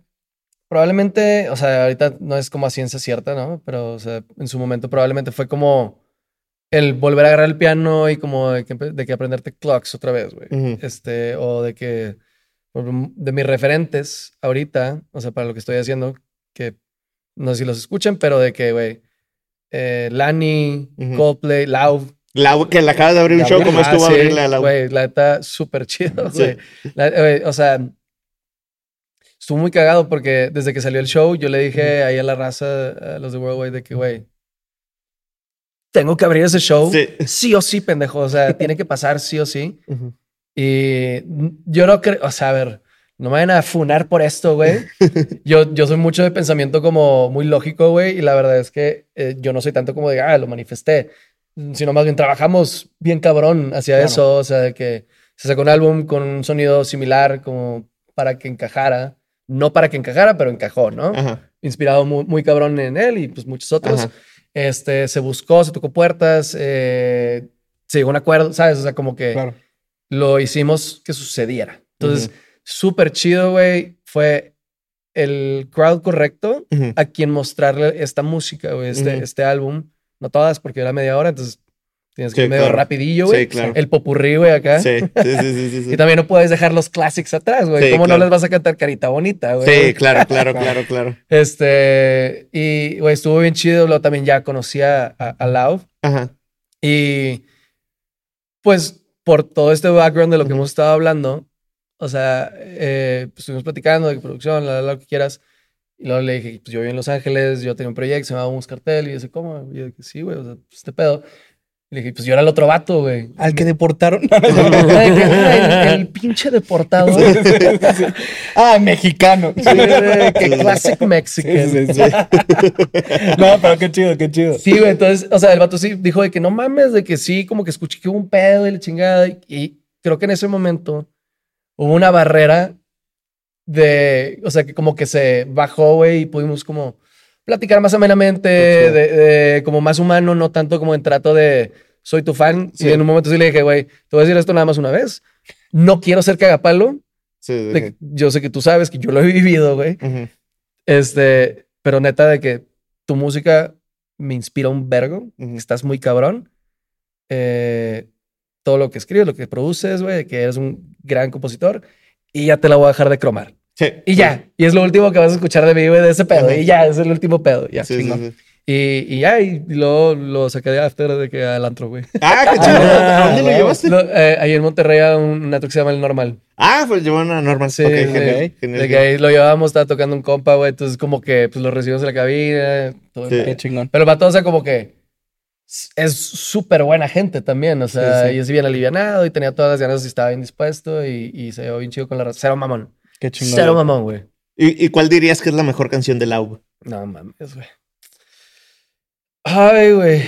E: Probablemente, o sea, ahorita no es como a ciencia cierta, ¿no? Pero, o sea, en su momento probablemente fue como el volver a agarrar el piano y como de que, de que aprenderte clocks otra vez, güey.
D: Ujú.
E: Este, o de que por ejemplo, de mis referentes ahorita, o sea, para lo que estoy haciendo, que no sé si los escuchan, pero de que, güey, eh, Lani,
D: Ujú.
E: Coldplay, Lau,
D: La, que la acabas de abrir un
C: La
D: show, ¿cómo
E: Ajá,
D: estuvo
E: sí,
D: abrirla? La,
E: Güey, la neta, súper chido,
D: Sí.
E: güey. La- güey, O sea, estuvo muy cagado porque desde que salió el show, yo le dije ahí a la raza, a los de Worldwide, de que, güey, tengo que abrir ese show. Sí.
D: Sí.
E: o sí, pendejo. O sea, tiene que pasar sí o sí.
D: Ujú.
E: Y yo no creo, o sea, a ver, no me vayan a funar por esto, güey. Yo, yo soy mucho de pensamiento como muy lógico, güey, y la verdad es que eh, yo no soy tanto como de, ah, lo manifesté, sino más bien trabajamos bien cabrón hacia
C: Claro.
E: eso, o sea, de que se sacó un álbum con un sonido similar como para que encajara, no para que encajara, pero encajó, ¿no?
D: Ajá.
E: Inspirado muy, muy cabrón en él y pues muchos otros.
D: Ajá.
E: Este, se buscó, se tocó puertas, eh, se llegó a un acuerdo, ¿sabes? O sea, como que
C: Claro.
E: lo hicimos que sucediera. Entonces, súper chido, güey. Fue el crowd correcto
D: Ujú.
E: a quien mostrarle esta música, güey, este,
D: Ujú.
E: este álbum. No todas, porque era media hora, entonces tienes que
D: Sí,
E: ir medio
D: claro.
E: rapidillo, güey.
D: Sí, claro.
E: El popurrí, güey, acá.
D: Sí, sí, sí, sí, sí, sí.
E: Y también no puedes dejar los clásicos atrás, güey.
D: Sí,
E: ¿Cómo
D: claro.
E: no les vas a cantar carita bonita, güey?
D: Sí, claro, claro, claro, claro.
E: Este, y, güey, estuvo bien chido. Luego también ya conocía a, a Lau.
D: Ajá.
E: Y pues por todo este background de lo que hemos estado hablando, o sea, eh, pues, estuvimos platicando de producción, la, la, lo que quieras. Y luego le dije, pues yo vivo en Los Ángeles, yo tenía un proyecto, se llamaba Un Cartel. Y yo sé, ¿cómo? Y yo, sí, güey, o sea, pues, este pedo. Y le dije, pues yo era el otro vato, güey.
C: Al que deportaron.
E: Ay, que, ah, el, el pinche deportado.
C: ah, mexicano.
E: que classic Mexican.
C: Sí, sí, sí. no, pero qué chido, qué chido.
E: Sí, güey, entonces, o sea, el vato sí dijo de que no mames, de que sí, como que escuché que hubo un pedo y la chingada. Y, y creo que en ese momento hubo una barrera de, o sea, que como que se bajó, güey, y pudimos como platicar más amenamente, de, de- como más humano, no tanto como en trato de soy tu fan.
D: Sí.
E: Y en un momento sí le dije, güey, te voy a decir esto nada más una vez. No quiero ser cagapalo.
D: Sí, de
E: de
D: que-
E: que yo sé que tú sabes que yo lo he vivido, güey.
D: Ujú.
E: Este, pero neta de que tu música me inspira un vergo.
D: Ujú.
E: Estás muy cabrón. Eh, todo lo que escribes, lo que produces, güey, de que eres un gran compositor. Y ya te la voy a dejar de cromar.
D: Sí.
E: Y ya. Y es lo último que vas a escuchar de mí, güey, de ese pedo.
D: Ajá.
E: Y ya, es el último pedo. Ya.
D: Sí, sí,
E: chingón.
D: sí.
E: Y, y ya, y luego lo saqué de after de que al antro, güey.
D: Ah, qué chido. ¿A dónde lo
C: bueno.
D: llevaste?
E: Lo- eh, ahí en Monterrey a un, una truck que se llama El Normal.
D: Ah, pues llevaron a Norman.
E: Sí,
D: Ok,
E: de-
D: genial,
E: de,
D: genial,
E: que ahí lo llevábamos, estaba tocando un compa, güey. Entonces, como que pues, lo recibimos en la cabina. todo el
D: Sí.
C: Qué chingón.
E: Pero el vato, o sea, como que s- es súper buena gente también, o sea,
D: Sí, sí.
E: y es bien alivianado y tenía todas las ganas y estaba bien dispuesto y, y se llevó bien chido con la raza. Cero mamón.
C: Qué chingón.
E: Cero mamón, güey.
D: ¿Y, y cuál dirías que es la mejor canción del álbum?
E: No mames, güey. Ay, güey.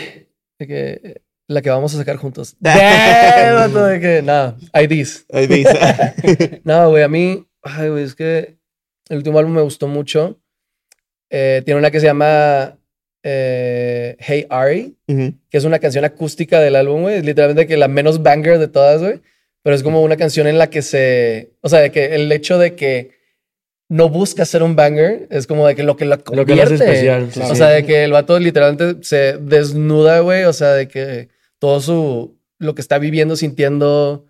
E: De que eh, la que vamos a sacar juntos. Damn, vato, de que no, IDs.
D: Ahí dice.
E: No, güey, a mí, ay, güey, es que el último álbum me gustó mucho. Eh, tiene una que se llama eh, Hey Ari.
D: Ujú.
E: que es una canción acústica del álbum, güey. Es literalmente que la menos banger de todas, güey. Pero es como una canción en la que se... O sea, de que el hecho de que no busca ser un banger es como de que lo que la
B: Lo
E: convierte.
B: que lo hace especial.
C: claro.
E: O
B: sí.
E: sea, de que el vato literalmente se desnuda, güey. O sea, de que todo su... Lo que está viviendo, sintiendo,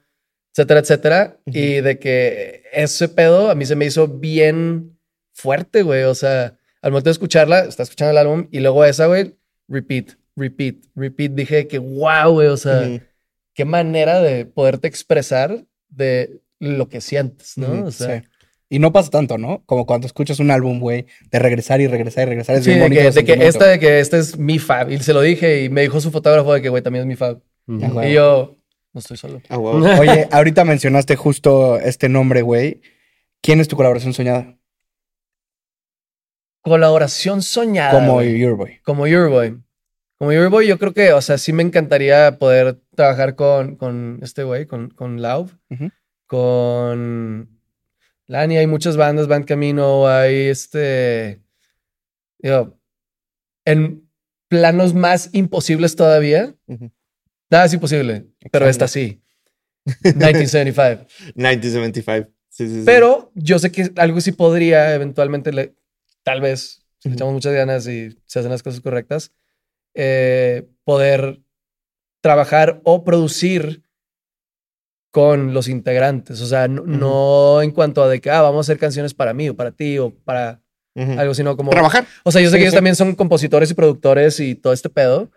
E: etcétera, etcétera. Y de que ese pedo a mí se me hizo bien fuerte, güey. O sea, al momento de escucharla, está escuchando el álbum y luego esa, güey, repeat, repeat, repeat. Dije que wow, güey. O sea,
D: Ujú.
E: qué manera de poderte expresar de lo que sientes, ¿no?
D: Ujú,
E: o sea,
C: Sí. Y no pasa tanto, ¿no? Como cuando escuchas un álbum, güey, de regresar y regresar y regresar. Es
E: Sí,
C: bien
E: de
C: bonito.
E: que,
C: el
E: de que
C: sentimiento.
E: esta, de que esta es mi fab. Y se lo dije y me dijo su fotógrafo de que, güey, también es mi fab.
C: Ah,
B: Ujú.
C: güey.
E: Y yo, no estoy solo.
D: Ah, wow.
C: Oye, ahorita mencionaste justo este nombre, güey. ¿Quién es tu colaboración soñada?
E: Colaboración soñada.
C: Como
E: Ah, güey.
C: Your Boy.
E: Como Euroboy. Como Euroboy, yo creo que, o sea, sí me encantaría poder trabajar con, con este güey, con, con Lauv,
C: Ujú.
E: con Lani. Hay muchas bandas, Band Camino, hay este. Digo, en planos más imposibles todavía.
D: Ujú.
E: Nada es imposible, pero
C: Exacto.
E: esta sí. 1975.
D: 1975. Sí, sí, sí.
E: Pero yo sé que algo sí podría eventualmente, le- tal vez, si le echamos muchas ganas y se hacen las cosas correctas, eh, poder trabajar o producir con los integrantes. O sea, no, no en cuanto a de que ah, vamos a hacer canciones para mí o para ti o para
D: Ujú.
E: algo, sino como
D: Trabajar.
E: o sea, yo sé
D: Sí,
E: que ellos
D: sí.
E: también son compositores y productores y todo este pedo.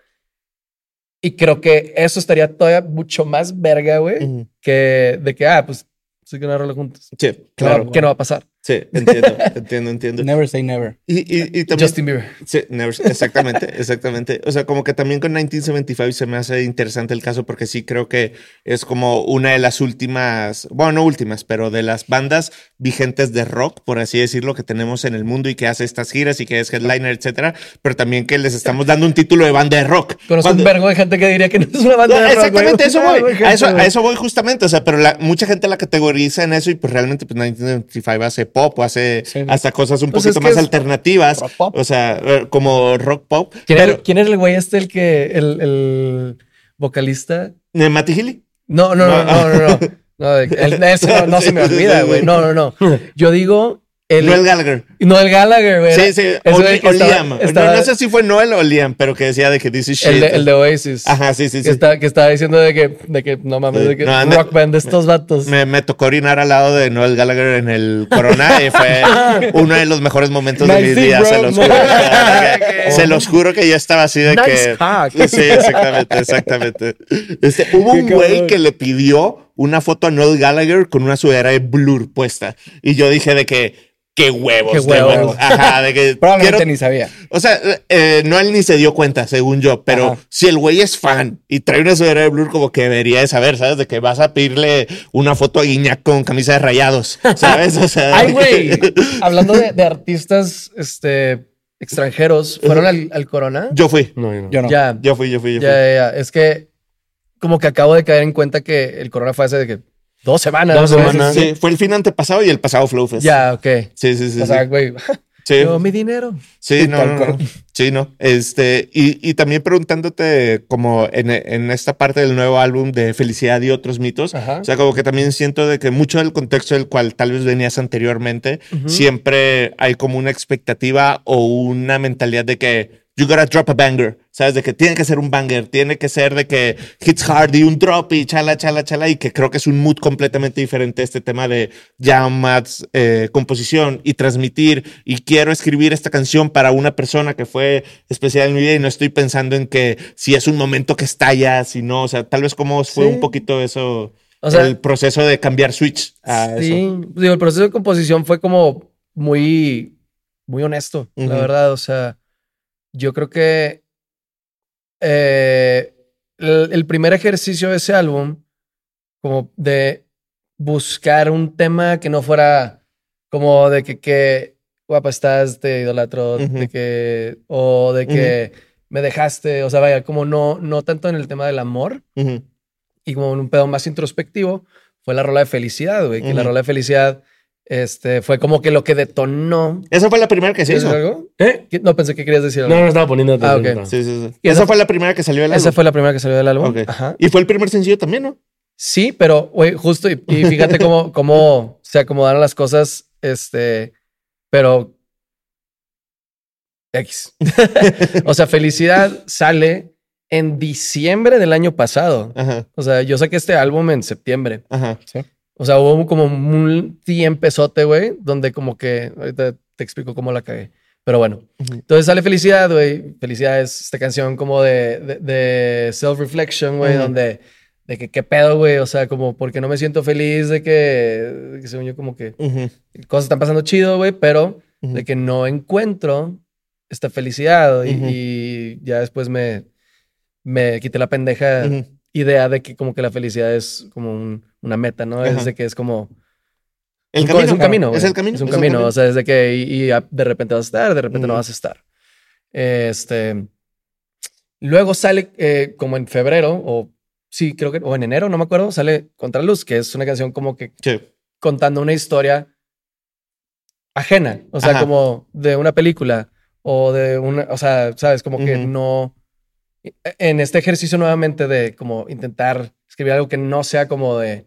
E: Y creo que eso estaría todavía mucho más verga, güey,
D: Ujú.
E: que de que, ah, pues, sí que una rola juntos.
D: Sí,
E: Claro.
D: claro.
E: Que no va a pasar.
D: Sí, entiendo, entiendo, entiendo.
C: Never say never.
D: Y, y, y también.
E: Justin Bieber.
D: Sí, never- exactamente, exactamente. O sea, como que también con 1975 se me hace interesante el caso porque sí creo que es como una de las últimas, bueno, no últimas, pero de las bandas vigentes de rock, por así decirlo, que tenemos en el mundo y que hace estas giras y que es headliner, etcétera, pero también que les estamos dando un título de banda de rock.
E: Conozco
D: Cuando-
E: un vergo de gente que diría que no es una banda de rock,
D: Exactamente,
E: güey.
D: eso voy.
E: Vergo de
D: A eso,
E: gente,
D: a eso voy justamente. O sea, pero la- mucha gente la categoriza en eso y pues realmente pues 1975 hace pop o hace
C: Sí.
D: hasta cosas un
E: Pues
D: poquito
E: es que
D: más
E: es
D: alternativas.
C: rock pop.
D: O sea, eh, como rock pop.
E: güey. ¿Quién, era-
D: Pero,
E: quién era el güey este, el que, el, el vocalista?
D: ¿eh, ¿Matty Healy?
E: No, no, no, no, no, no. No, de- el- eso no, no se me
D: Sí,
E: olvida,
D: sí,
E: güey.
D: sí.
E: No, no, no. Yo digo el
D: Noel Gallagher.
E: Noel Gallagher, güey.
D: Sí, sí.
E: Ese
D: o,
E: güey que
D: o
E: estaba-
D: Liam. No-
E: estaba-
D: no, sé si fue Noel o Liam, pero que decía de que dice shit.
E: El de, el de Oasis.
D: Ajá, sí, sí,
E: que,
D: sí.
E: está, que estaba diciendo de que, de que no mames,
D: Sí,
E: de que
D: no, anda-
E: rock band de estos vatos.
D: Me, me tocó orinar al lado de Noel Gallagher en el Corona y fue uno de los mejores momentos de
C: Nice
D: mis
C: thing,
D: días. Se
C: bro.
D: los juro. se los juro que yo estaba así de
E: Nice
D: que.
E: cock.
D: Sí, exactamente, exactamente. Este, hubo
C: Qué
D: un güey
C: cabrón.
D: que le pidió una foto a Noel Gallagher con una sudadera de blur puesta. Y yo dije de que. Qué huevos,
E: Qué
D: qué huevos.
E: huevos.
D: Ajá, de que
C: Probablemente
D: quiero-
C: ni sabía.
D: o sea, eh, no él ni se dio cuenta, según yo, pero
C: Ajá.
D: si el güey es fan y trae una sudadera de Blur, como que debería de saber, ¿sabes? De que vas a pedirle una foto a Guiñac con camisa de rayados, ¿sabes? O sea,
E: Ay, güey. Hablando de, de artistas este, extranjeros, ¿fueron al, al Corona?
D: Yo fui,
B: No, yo no.
C: Yo no.
E: ya,
D: yo fui, yo fui, yo
E: ya, ya, ya. Es que como que acabo de caer en cuenta que el Corona fue hace de que dos semanas.
B: Dos
E: güey.
B: semanas.
D: fui. Sí, fue el fin antepasado y el pasado Flowfest.
E: Ya, ok.
D: Sí, sí, sí. sí.
E: O sea, güey,
D: Sí.
E: yo mi dinero.
D: Sí, no,
C: Tal
D: no, no. Sí, no. Este, y, y también preguntándote como en, en esta parte del nuevo álbum de Felicidad y otros mitos,
E: Ajá.
D: o sea, como que también siento de que mucho del contexto del cual tal vez venías anteriormente, siempre hay como una expectativa o una mentalidad de que you gotta drop a banger, ¿sabes? De que tiene que ser un banger, tiene que ser de que hits hard y un drop y chala, chala, chala, y que creo que es un mood completamente diferente este tema de ya más eh, composición y transmitir y quiero escribir esta canción para una persona que fue especial en mi vida y no estoy pensando en que si es un momento que estalla, si no, o sea, tal vez como fue
E: Sí.
D: un poquito eso,
E: O sea-
D: el proceso de cambiar switch a
E: sí,
D: eso.
E: digo, el proceso de composición fue como muy, muy honesto, la
D: Ujú.
E: verdad. O sea, yo creo que eh, el, el primer ejercicio de ese álbum, como de buscar un tema que no fuera como de que, que guapa estás, te idolatro,
D: Ujú.
E: de que, o de que me dejaste, o sea, vaya, como no, no tanto en el tema del amor,
D: Ujú.
E: y como en un pedo más introspectivo, fue la rola de felicidad, güey. Que la
D: Ujú.
E: rola de felicidad este, fue como que lo que detonó.
D: Esa fue la primera que se
E: ¿Quieres
D: hizo.
E: decir algo?
B: ¿Eh?
E: ¿Qué- No pensé que querías decir
B: No,
E: algo.
B: no estaba poniendo
E: Ah,
B: atención.
E: ok.
B: no.
D: Sí, sí, sí.
E: ¿Y
D: esa
E: esa
D: fue la primera que salió del
E: Esa
D: álbum.
E: fue la primera que salió del álbum.
D: Ok.
E: Ajá.
D: Y fue el primer sencillo también, ¿no?
E: Sí, pero, güey, justo, y, y fíjate cómo, cómo se acomodaron las cosas, este, pero... X. o sea, felicidad sale en diciembre del año pasado.
D: Ajá,
E: O sea, yo saqué este álbum en septiembre.
D: ajá.
E: O sea, hubo como un tiempezote, güey, donde como que, ahorita te explico cómo la cagué, pero bueno.
D: Ujú.
E: Entonces sale Felicidad, güey. Felicidad es esta canción como de, de, de self-reflection, güey,
D: Ujú.
E: donde, de que qué pedo, güey, o sea, como porque no me siento feliz, de que, de que según yo como que
D: Ujú,
E: cosas están pasando chido, güey, pero
D: ujú.
E: de que no encuentro esta felicidad y,
D: Ujú.
E: y ya después me, me quité la pendeja
D: Ujú.
E: idea de que como que la felicidad es como un- una meta, ¿no?
D: Ajá.
E: Es de que es como...
D: El
E: un co-
D: camino,
E: es un camino.
D: Es
E: güey.
D: el camino.
E: Es un
D: es el
E: camino. Mm. O sea, es de que y, y a- de repente vas a estar, de repente no
D: Ujú.
E: vas a estar. Este... Luego sale eh, como en febrero o... Sí, creo que... O en enero, no me acuerdo. Sale Contraluz, que es una canción como que
D: Sí.
E: contando una historia ajena, o sea,
D: Ajá.
E: como de una película o de una, o sea, sabes, como que
D: Ujú.
E: no en este ejercicio nuevamente de como intentar escribir algo que no sea como de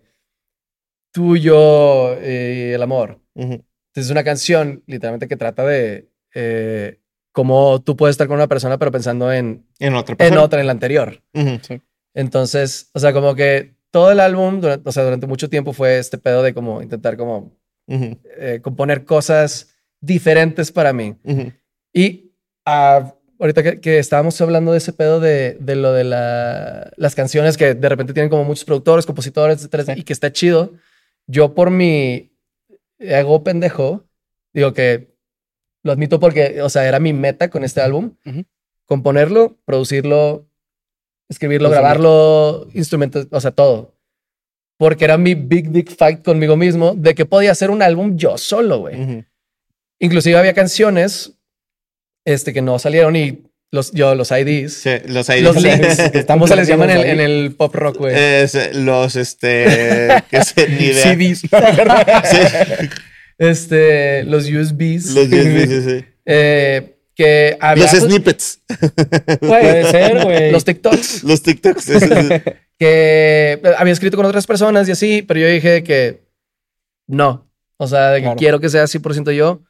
E: tuyo eh, el amor.
D: Ujú.
E: Entonces, es una canción literalmente que trata de eh, cómo tú puedes estar con una persona, pero pensando en,
D: En otra
E: en
D: persona.
E: otra, en la anterior.
D: Ujú.
E: Entonces, o sea, como que todo el álbum, durante, o sea, durante mucho tiempo fue este pedo de como intentar como
D: Ujú.
E: eh, componer cosas diferentes para mí.
D: Ujú.
E: Y ah, ahorita que, que estábamos hablando de ese pedo de, de lo de la- las canciones que de repente tienen como muchos productores, compositores, etcétera, y que está chido. Yo por mi ego pendejo, digo que lo admito porque, o sea, era mi meta con este álbum,
C: Ujú.
E: componerlo, producirlo, escribirlo,
C: Producirlo.
E: grabarlo, instrumentos, o sea, todo. Porque era mi big, big fight conmigo mismo de que podía hacer un álbum yo solo, güey.
D: Ujú.
E: Inclusive había canciones este, que no salieron y los, yo los IDs,
D: Sí, los ahí
E: los
D: sí.
E: links,
C: que están
E: ¿cómo se les llaman en el,
C: perdidos
E: en
C: ahí.
E: el pop rock, güey?
D: Eh. Es, los este que se ni idea.
C: CDs.
D: Sí,
E: Este, los USBs,
D: los 10 veces, sí.
E: eh, que había,
D: Los
E: pues,
D: snippets,
E: güey,
B: Puede ser, güey.
E: los TikToks,
D: los TikToks. sí, sí, sí.
E: que había escrito con otras personas y así, pero yo dije que no, o sea, de que
C: Claro.
E: quiero que sea 100% yo,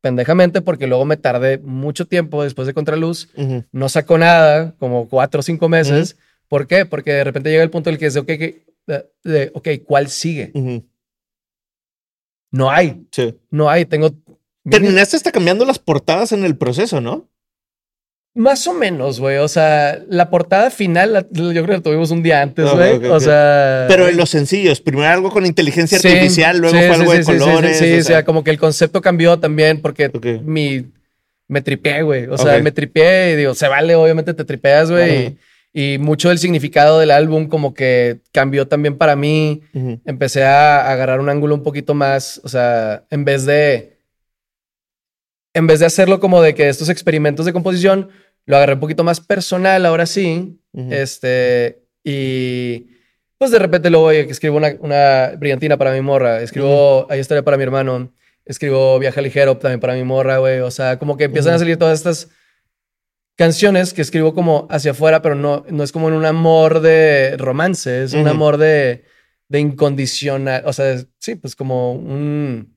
E: pendejamente, porque luego me tardé mucho tiempo después de Contraluz
D: Ujú.
E: no sacó nada, como cuatro o cinco meses. ¿Por qué? Porque de repente llega el punto en el que dice, ok, que- de, de, ok, ¿cuál sigue?
D: Ujú.
E: No hay,
D: Sí.
E: no hay, tengo...
D: Terminaste hasta cambiando las portadas en el proceso, ¿no?
E: Más o menos, güey, o sea, la portada final, la- yo creo que la tuvimos un día antes,
D: Ok,
E: güey,
D: ok,
E: o
D: ok.
E: sea...
D: Pero en los sencillos, primero algo con inteligencia
E: Sí,
D: artificial, luego
E: sí,
D: fue
E: sí,
D: algo
E: sí,
D: de
E: sí, sí, sí,
D: colores.
E: Sí,
D: o
E: o sea, como que el concepto cambió también porque
D: Ok.
E: mi... Me tripeé, güey. O sea,
D: Ok.
E: me tripeé y digo, se vale, obviamente te tripeas, güey. Y, y mucho del significado del álbum como que cambió también para mí.
D: Ujú.
E: empecé a agarrar un ángulo un poquito más, o sea, en vez de en vez de hacerlo como de que estos experimentos de composición lo agarré un poquito más personal ahora sí,
D: Ujú.
E: este y pues de repente luego oye, que escribo una, una brillantina para mi morra, escribo hay historia para mi hermano, escribo viaja ligero también para mi morra, güey, o sea, como que empiezan a
D: Ujú.
E: salir todas estas canciones que escribo como hacia afuera, pero no, no es como en un amor de romance, es un
D: Ujú.
E: amor de, de incondicional, o sea, es- sí, pues como un,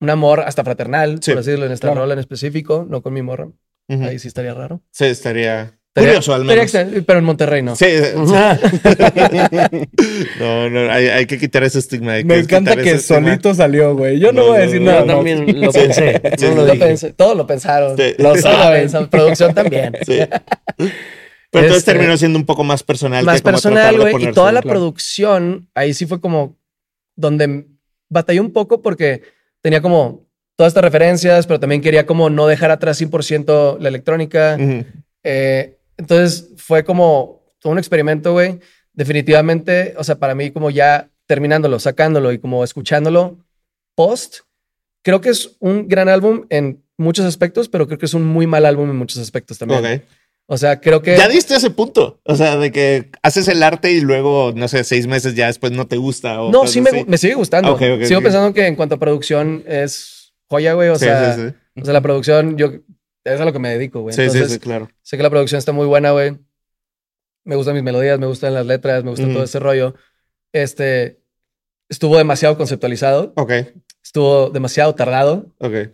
E: un amor hasta fraternal,
D: Sí,
E: por decirlo, en esta
C: claro.
E: rola en específico, no con mi morra,
D: Ujú. Pues
E: ahí sí estaría raro.
D: Sí, estaría
E: Estaría-
D: curioso al
E: estaría
D: menos.
E: extra- pero en Monterrey no.
D: Sí, sí. no, no, hay, hay que quitar ese estigma. hay
C: Me
D: que
C: encanta
D: quitar ese
C: que
D: estigma.
C: solito salió, güey. Yo no,
D: No,
C: voy a
D: no,
C: decir
D: no,
C: nada.
B: Yo
C: no.
B: también lo pensé.
D: Sí,
B: no
D: sí,
B: lo
E: Lo
B: dije.
E: pensé- todos lo pensaron.
D: Sí.
E: Lo saben, producción también.
D: Sí. Pero entonces
E: Este-
D: terminó siendo un poco más personal.
E: más
D: que como
E: personal,
D: tratar de
E: güey. Y
D: ponerse-
E: toda la
D: Claro.
E: producción, ahí sí fue como donde batallé un poco porque tenía como todas estas referencias, pero también quería como no dejar atrás 100% la electrónica.
D: Ujú.
E: Eh, entonces fue como todo un experimento, güey. Definitivamente, o sea, para mí como ya terminándolo, sacándolo y como escuchándolo post, creo que es un gran álbum en muchos aspectos, pero creo que es un muy mal álbum en muchos aspectos también.
D: Ok.
E: O sea, creo que...
D: Ya diste ese punto. O sea, de que haces el arte y luego, no sé, seis meses ya después no te gusta. O
E: No,
D: cosas
E: sí me,
D: así.
E: gu- me sigue gustando.
D: Ok, ok,
E: Sigo
D: ok.
E: pensando que en cuanto a producción es joya, güey. O,
D: Sí,
E: sea,
D: sí, sí.
E: o sea, la producción, yo es a lo que me dedico, güey.
D: Sí, sí,
E: Entonces,
D: sí, claro.
E: sé que la producción está muy buena, güey. Me gustan mis melodías, me gustan las letras, me gusta
D: Ujú.
E: todo ese rollo. Este estuvo demasiado conceptualizado,
D: Ok,
E: estuvo demasiado tardado,
D: ok.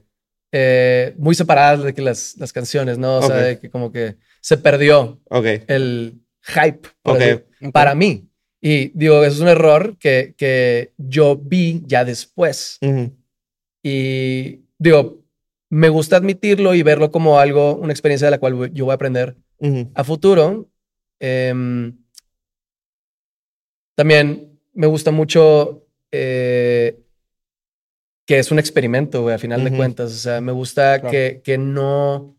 E: eh, muy separadas de que las, las canciones, ¿no? O sea,
D: Ok.
E: de que como que se perdió
D: Ok.
E: el hype. por
D: Ok.
E: así para mí. Y digo, eso es un error que, que yo vi ya después.
D: Ujú.
E: Y digo, me gusta admitirlo y verlo como algo, una experiencia de la cual voy- yo voy a aprender
D: Ujú.
E: a futuro. Em, también me gusta mucho eh, que es un experimento, güey, a final de
D: Ujú.
E: cuentas. O sea, me gusta
C: Claro.
E: que, que no.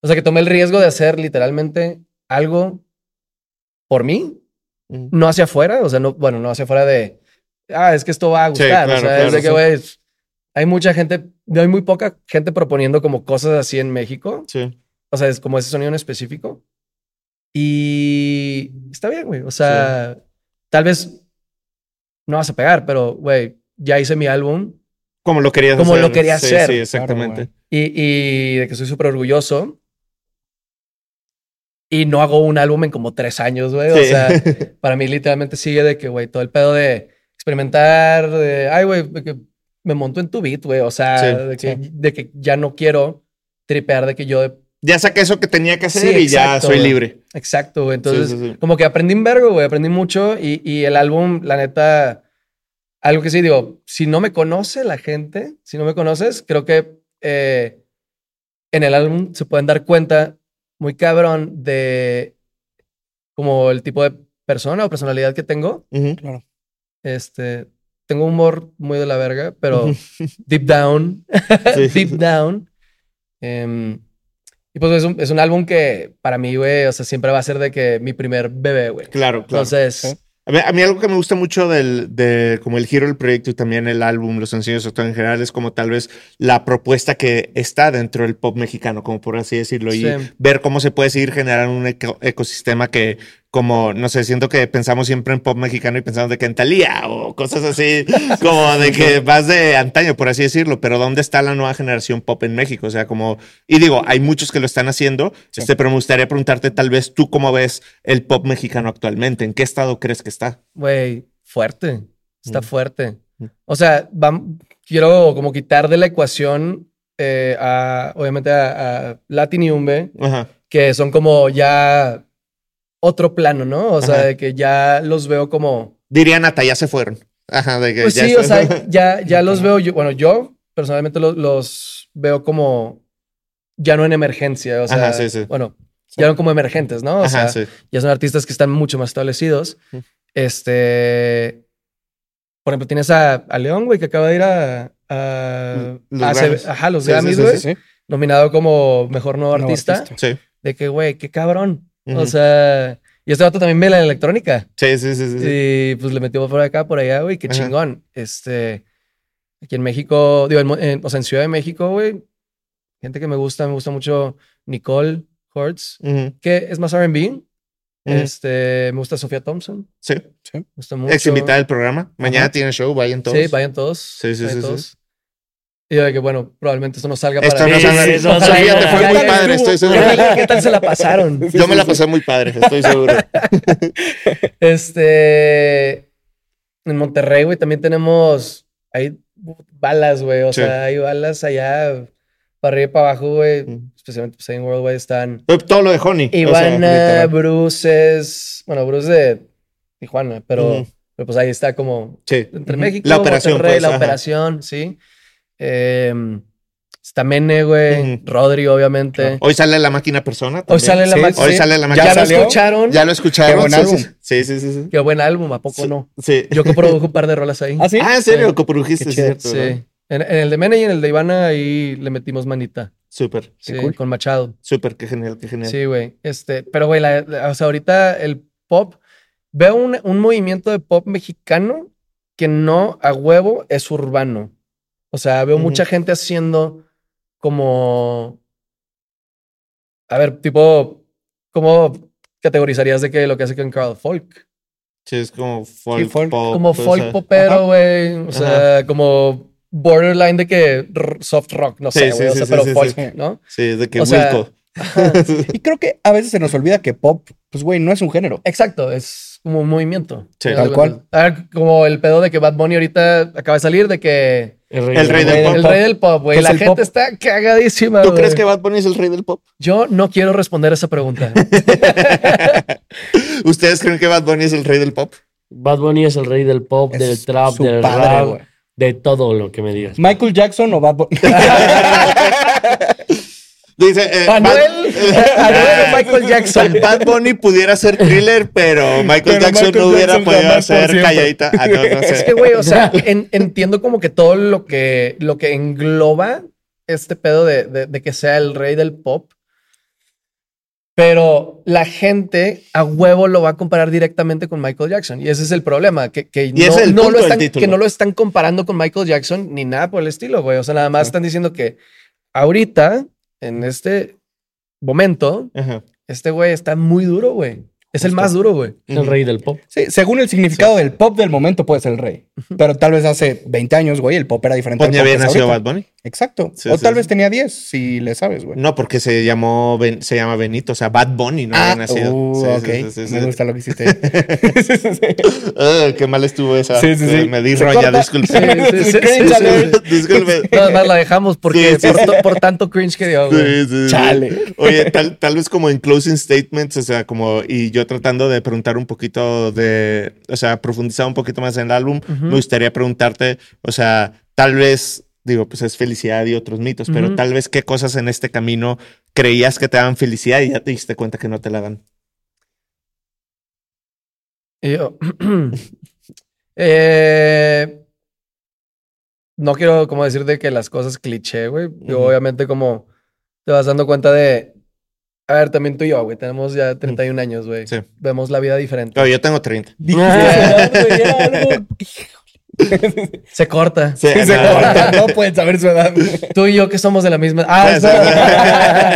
E: O sea, que tomé el riesgo de hacer literalmente algo por mí,
D: Ujú.
E: no hacia afuera, o sea, no, bueno, no hacia afuera de, ah, es que esto va a
D: Sí,
E: gustar, o
D: claro,
E: sea, es
D: claro,
E: de que,
D: sí.
E: güey, hay mucha gente, hay muy poca gente proponiendo como cosas así en México,
D: Sí.
E: o sea, es como ese sonido en específico. Y está bien, güey, o sea, tal vez no vas a pegar, pero, güey, ya hice mi álbum
D: Como lo querías
E: Como
D: hacer.
E: lo quería
D: sí,
E: hacer.
D: Sí,
E: Claro,
D: exactamente.
E: y, y de que soy súper orgulloso. y no hago un álbum en como tres años, güey. O
D: Sí.
E: sea, para mí literalmente sigue de que, güey, todo el pedo de experimentar, de, ay, güey, de que me monto en tu beat, güey. O sea,
D: Sí,
E: de, que, de que ya no quiero tripear, de que yo de
D: Ya saqué eso que tenía que hacer
E: Sí,
D: y ya
E: exacto,
D: soy
E: güey.
D: libre.
E: Exacto, güey.
D: sí,
E: Entonces,
D: sí.
E: como que aprendí un vergo, güey. Aprendí mucho y, y el álbum, la neta, algo que sí digo, si no me conoce la gente, si no me conoces, creo que eh, en el álbum se pueden dar cuenta muy cabrón de como el tipo de persona o personalidad que tengo.
D: Ujú.
E: Este, tengo un humor muy de la verga, pero deep down,
D: Sí.
E: deep down. em, y pues es un, es un álbum que para mí, güey, o sea, siempre va a ser de que mi primer bebé, güey.
D: Claro, claro.
E: Entonces,
C: Ok.
D: A ver, a mí algo que me gusta mucho del, de como el giro del proyecto y también el álbum, los sencillos, o todo en general, es como tal vez la propuesta que está dentro del pop mexicano, como por así decirlo, y
E: Sí.
D: ver cómo se puede seguir generando un eco- ecosistema que, como, no sé, siento que pensamos siempre en pop mexicano y pensamos de que en Thalía o cosas así, como de que vas de antaño, por así decirlo, pero ¿dónde está la nueva generación pop en México? O sea, como, y digo, hay muchos que lo están haciendo, este, pero me gustaría preguntarte tal vez tú cómo ves el pop mexicano actualmente, ¿en qué estado crees que está?
E: güey, fuerte. Está
D: Mm.
E: fuerte.
D: Mm.
E: O sea, vam- quiero como quitar de la ecuación eh, a, obviamente, a, a Latinium, güey,
D: Ajá.
E: que son como ya otro plano, ¿no? O sea,
D: Ajá.
E: de que ya los veo como...
D: Dirían hasta ya se fueron. Ajá, de que
E: Pues
D: ya
E: sí,
D: se-
E: o sea, ya, ya los veo yo, bueno, yo personalmente los, los veo como ya no en emergencia, o sea,
D: Ajá, sí, sí.
E: bueno, ya no como emergentes, ¿no? O sea,
D: Ajá, sí.
E: ya son artistas que están mucho más establecidos.
D: Ujú.
E: Este, por ejemplo, tienes a, a León, güey, que acaba de ir a... a-
D: Los
E: a-
D: Grammys.
E: ajá, los
D: Sí, sí,
E: Grammys,
D: sí,
E: güey,
C: sí, sí.
E: nominado como mejor nuevo
C: Nuevo
E: artista,
C: artista.
D: Sí.
E: de que, güey, qué cabrón.
D: Ujú.
E: O sea, y este vato también ve la electrónica.
D: Sí, sí, sí, sí, sí.
E: Y pues le metió por acá, por allá, güey, qué
D: Ajá.
E: chingón. Este, aquí en México, digo, en Mo- en- o sea, en Ciudad de México, güey, gente que me gusta, me gusta mucho Nicole Hortz,
D: Ujú,
E: que es más RB.
D: ujú.
E: Este, me gusta Sofía Thompson,
D: Sí.
E: me gusta mucho.
D: Ex invitada del programa. Mañana
E: Ajá.
D: tiene show, vayan todos.
E: Sí, vayan todos.
D: Sí, sí,
E: vayan
D: sí, sí.
E: todos. Y yo de que, bueno, probablemente esto no salga
D: Esto
E: para
D: no
E: mí.
B: Sí,
D: sale-
B: sí, eso
D: Sofía,
B: sale-
D: te fue
E: Ya,
D: muy
E: ya
D: padre,
E: estuvo.
D: estoy seguro.
E: ¿Qué tal- ¿Qué tal se la pasaron?
D: Yo me la pasé muy padre, estoy seguro.
E: Este. En Monterrey, güey, también tenemos. Hay balas, güey. O
D: Sí.
E: sea, hay balas allá para arriba y para abajo, güey.
D: Mm.
E: Especialmente pues, ahí en Worldwide están
D: Todo lo de Honey. o sea,
E: Ivana,
D: literal.
E: Bruces. Bueno, Bruce de Tijuana, pero,
D: Ujú.
E: pero pues ahí está como
D: Sí.
E: entre
D: Ujú.
E: México,
D: La operación.
E: Monterrey,
D: pues,
E: la
D: ajá.
E: operación, sí. Eh, está Mene, güey.
D: Ujú.
E: Rodri, obviamente.
D: Hoy sale la máquina persona.
E: Hoy
D: también.
E: sale la
C: Sí,
E: máquina.
D: Hoy sale la
E: ¿Ya,
D: máquina.
E: lo
C: salió?
E: escucharon?
D: Ya lo escucharon.
C: Qué buen
D: sí,
C: álbum.
D: Sí, sí, sí. sí.
E: Qué buen álbum, ¿a poco no?
D: Sí.
E: Yo coprodujo un par de rolas ahí.
C: ¿Ah, sí?
D: Ah, en serio,
E: Sí.
D: coprodujiste,
C: Qué
D: es
C: chido.
D: cierto. ¿no?
E: Sí. En, en el de Mene y en el de Ivana ahí le metimos manita.
D: Súper,
E: Sí,
C: cool.
E: con Machado.
D: súper, qué genial, qué genial.
E: Sí, güey. Este, pero güey, la- la- o sea, ahorita el pop veo un, un movimiento de pop mexicano que no a huevo es urbano. O sea, veo
D: Ujú.
E: mucha gente haciendo como a ver, tipo ¿cómo categorizarías de que lo que hace con Carl Folk?
D: Sí, es como folk,
C: folk,
D: pop,
E: Como
D: o sea.
E: folk popero, güey. O sea, como borderline de que r- soft rock, no
D: Sí,
E: sé,
D: sí,
E: güey. o
D: sí,
E: sea,
D: sí,
E: pero
D: sí,
E: folk,
C: sí.
E: ¿no?
D: Sí, de que
E: O sea,
D: Wilco.
C: Y creo que a veces se nos olvida que pop, pues güey, no es un género.
E: Exacto, es como un movimiento.
D: Sí.
E: Ya
D: Tal
E: lo-
C: cual.
E: A ver, Ah, como el pedo de que Bad Bunny ahorita acaba de salir, de que
D: El rey del
C: El
D: pop.
E: el
C: pop.
E: rey del pop, güey. La
C: Entonces, el
E: gente
C: pop-
E: está cagadísima.
D: ¿Tú
E: güey.
D: crees que Bad Bunny es el rey del pop?
E: Yo no quiero responder esa pregunta.
D: ¿Ustedes creen que Bad Bunny es el rey del pop?
B: Bad Bunny es el rey del pop,
C: Es
B: del trap,
C: su
B: del
C: padre,
B: rap,
C: güey.
B: de todo lo que me digas.
C: Michael Jackson o Bad Bunny.
D: Dice, eh, Bad-
E: Manuel, Manuel o Michael Jackson.
D: Bad Bunny pudiera ser thriller, pero Michael
C: Pero
D: Jackson
C: Michael
D: no hubiera
C: Jackson
D: podido
C: jamás por
D: ser
C: siempre.
D: calladita. Ah, no, no sé.
E: Es que, güey, o sea, en- entiendo como que todo lo que, lo que engloba este pedo de, de- de que sea el rey del pop, pero la gente a huevo lo va a comparar directamente con Michael Jackson. Y ese es el problema, que, que,
D: ese
E: no,
D: es el
E: no
D: punto
E: lo
D: del
E: están,
D: título.
E: que no lo están comparando con Michael Jackson ni nada por el estilo, güey. O sea, nada más están diciendo que ahorita, en este momento,
D: Ajá.
E: este güey está muy duro, güey. Es el más duro, güey.
B: Es el rey del pop.
C: Sí, según el significado del pop del momento puede ser el rey. Pero tal vez hace 20 años, güey, el pop era diferente. al
D: Ponía
C: pop
D: bien
C: que es
D: nacido
C: ahorita.
D: Bad Bunny.
C: Exacto.
D: Sí,
C: o
D: sí,
C: tal
D: sí.
C: vez tenía 10, si le sabes, güey.
D: No, porque se llamó Ben- se llama Benito, o sea, Bad Bunny no
C: ah,
D: había nacido.
C: uh,
D: Sí,
C: ok.
D: sí, sí, sí,
C: Me
D: sí.
C: gusta lo que hiciste. ahí. Sí, sí, sí.
D: Ah, qué mal estuvo esa. eh,
C: Sí, sí, sí.
D: Me di
C: Se
D: roya,
C: corta.
D: disculpe.
E: Sí, sí, sí, sí,
C: Cringe
E: sí, sí.
C: alert.
D: disculpe.
E: Nada más la dejamos porque
D: Sí, sí,
E: por, to- por tanto cringe que dio, güey.
D: Sí, sí, Ah, sí.
C: Chale.
D: Oye, tal, tal vez como en closing statements, o sea, como, y yo tratando de preguntar un poquito de, o sea, profundizar un poquito más en el álbum, me gustaría preguntarte, o sea, tal vez, digo, pues es felicidad y otros mitos, pero
E: Ujú.
D: tal vez qué cosas en este camino creías que te daban felicidad y ya te diste cuenta que no te la dan.
E: Y yo, eh, no quiero como decirte que las cosas cliché, güey. Yo
D: Ujú.
E: obviamente como te vas dando cuenta de... A ver, también tú y yo, güey. Tenemos ya 31 años, güey.
D: Sí.
E: Vemos la vida diferente.
D: No, yo tengo 30.
B: Ah,
C: güey, era algo-
E: Se corta.
D: Sí,
C: Sí, se
D: no.
C: corta, no pueden saber su edad.
E: Tú y yo que somos de la misma... Ah,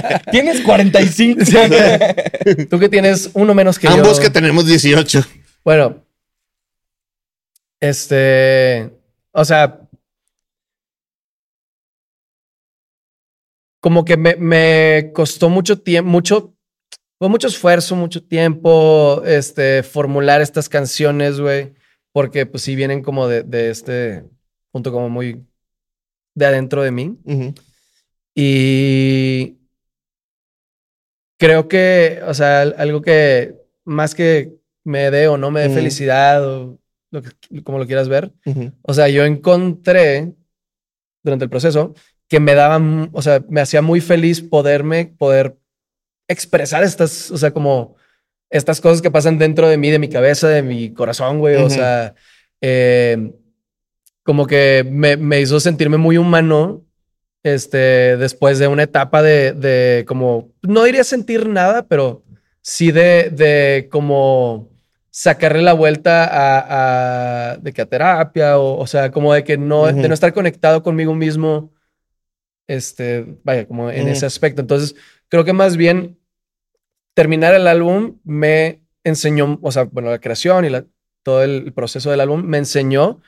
D: Sí, sí,
C: Tienes 45.
E: es- tú que tienes uno menos que
D: sí. Ambos
E: yo.
D: que tenemos 18.
E: Bueno. Este. O sea. Como que me, me costó mucho tiempo, mucho. Fue mucho esfuerzo, mucho tiempo. Este. Formular estas canciones, güey. Porque, pues, sí vienen como de, de este punto, como muy. De adentro de mí.
D: Ujú.
E: Y creo que, o sea, al- algo que más que me dé o no me dé
D: Mm.
E: felicidad o lo que- como lo quieras ver,
D: Ujú.
E: o sea, yo encontré durante el proceso que me daban, o sea, me hacía muy feliz poderme, poder expresar estas, o sea, como estas cosas que pasan dentro de mí, de mi cabeza, de mi corazón, güey. O
D: Ujú.
E: sea, eh, como que me, me hizo sentirme muy humano, este, después de una etapa de, de como, no diría sentir nada, pero sí de, de como sacarle la vuelta a, a- de que a terapia o, o sea, como de que no, de
D: Ujú.
E: no estar conectado conmigo mismo, este, vaya, como en
D: Ujú.
E: ese aspecto. Entonces, creo que más bien terminar el álbum me enseñó, o sea, bueno, la creación y la- todo el proceso del álbum me enseñó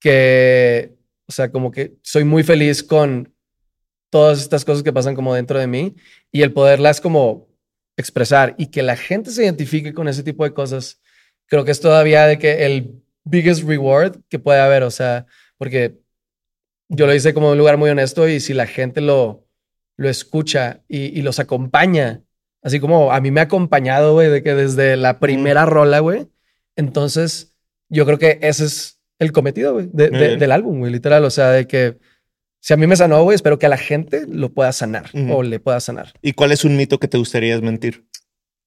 E: que, o sea, como que soy muy feliz con todas estas cosas que pasan como dentro de mí y el poderlas como expresar y que la gente se identifique con ese tipo de cosas, creo que es todavía de que el biggest reward que puede haber, o sea, porque yo lo hice como en un lugar muy honesto y si la gente lo, lo escucha y, y los acompaña, así como a mí me ha acompañado, güey, de que desde la primera rola, güey, entonces yo creo que ese es el cometido, güey, de- de-
D: Muy bien.
E: del álbum, güey, literal, o sea, de que si a mí me sanó, güey, espero que a la gente lo pueda sanar
D: Ujú.
E: o le pueda sanar.
D: ¿Y cuál es un mito que te gustaría mentir?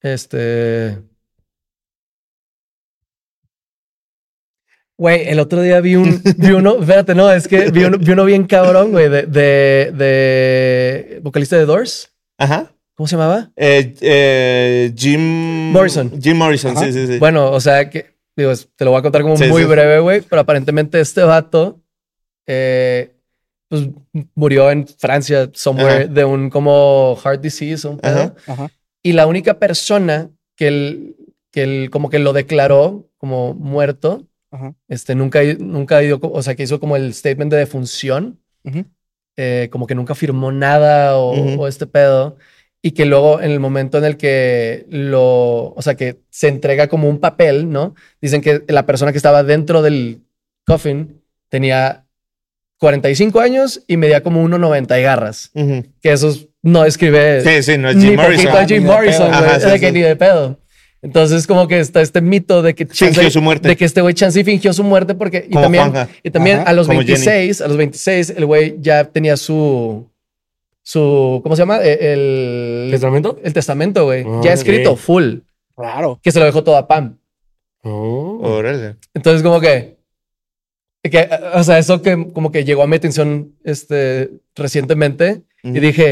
E: Este. Güey, el otro día vi un. Vi uno. Espérate, no, es que vi uno, vi uno bien cabrón, güey, de, de, de- Vocalista de Doors.
D: Ajá.
E: ¿Cómo se llamaba?
D: Eh, eh, Jim
E: Morrison.
D: Jim Morrison,
C: Ajá.
D: sí, sí, sí.
E: Bueno, o sea, que. Digo, es- te lo voy a contar como
D: Sí,
E: muy
D: sí, sí.
E: breve, güey, pero aparentemente este vato. eh, pues murió en Francia,
D: Ajá.
E: somewhere, de un como heart disease, un pedo.
D: Ajá.
C: Ajá.
E: y la única persona que él, que él como que lo declaró como muerto,
C: Ajá.
E: este, nunca, nunca dio, co- o sea, que hizo como el statement de defunción,
C: Ujú.
E: eh, como que nunca firmó nada o,
D: Ujú.
E: o este pedo, y que luego en el momento en el que lo, o sea, que se entrega como un papel, ¿no? Dicen que la persona que estaba dentro del coffin tenía 45 años y medía como 1,90 y garras,
D: Ujú.
E: que eso no describe
D: Sí, sí, no es
E: eh, ni
D: Jim
E: poquito a
D: Morrison.
E: Jim
C: Ni de
E: Morrison,
C: pedo.
E: güey.
D: Ajá,
E: Es
D: sí,
E: de que
D: sí.
E: ni de pedo. Entonces, como que está este mito de que
D: Fingió su muerte.
E: De que este güey chance y fingió su muerte porque. Y
D: Como
E: también,
D: Juanja.
E: y también
C: Ajá.
E: a los
D: Como Jenny.
E: 26, a los 26, el güey ya tenía su. su ¿Cómo se llama? Eh, El. El,
B: ¿Testamento?
E: testamento, güey.
B: Ah,
E: ya escrito,
B: ok.
E: full.
C: Raro.
E: Que se lo dejó todo a Pam.
B: Oh.
D: Órale.
E: Entonces, como que. que o sea, eso que como que llegó a mi atención este, recientemente y
D: Ujú.
E: dije.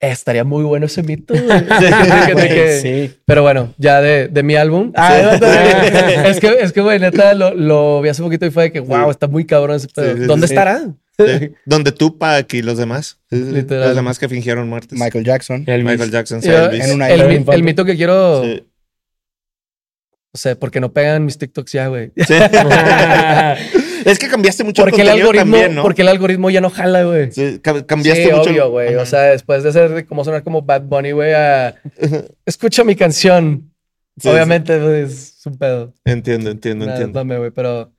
E: "Eh, Estaría muy bueno ese mito. güey". De que- de que-
C: Ah, Sí.
E: pero bueno, ya de, de mi álbum. Ah, es que, es que, güey, neta, lo, lo vi hace poquito y fue de que, wow, está muy cabrón ese pedo.
D: Sí, sí,
E: ¿Dónde
D: sí.
E: estará?
D: Sí. Donde tú, Pac y los demás. Sí, sí, sí.
E: Literal.
D: Los demás que fingieron muertes.
C: Michael Jackson.
B: Elvis.
D: Michael Jackson, sí,
E: Yo-
D: Elvis.
C: en una
E: el,
C: isla
E: mi-
C: de infantes.
E: el mito que quiero,
D: Sí.
E: o sea, porque no pegan mis TikToks ya, güey.
D: Sí. Es que cambiaste mucho
E: Porque el,
D: contenido
E: algoritmo,
D: también, ¿no?
E: porque el algoritmo ya no jala, güey. Sí,
D: Sí, ca- cambiaste mucho.
E: obvio, güey.
D: Ajá.
E: O sea, después de ser como sonar como Bad Bunny, güey, a escucha mi canción.
D: Sí,
E: Obviamente güey, es un pedo.
D: sí. Entiendo, entiendo,
E: No,
D: entiendo.
E: dame, güey, pero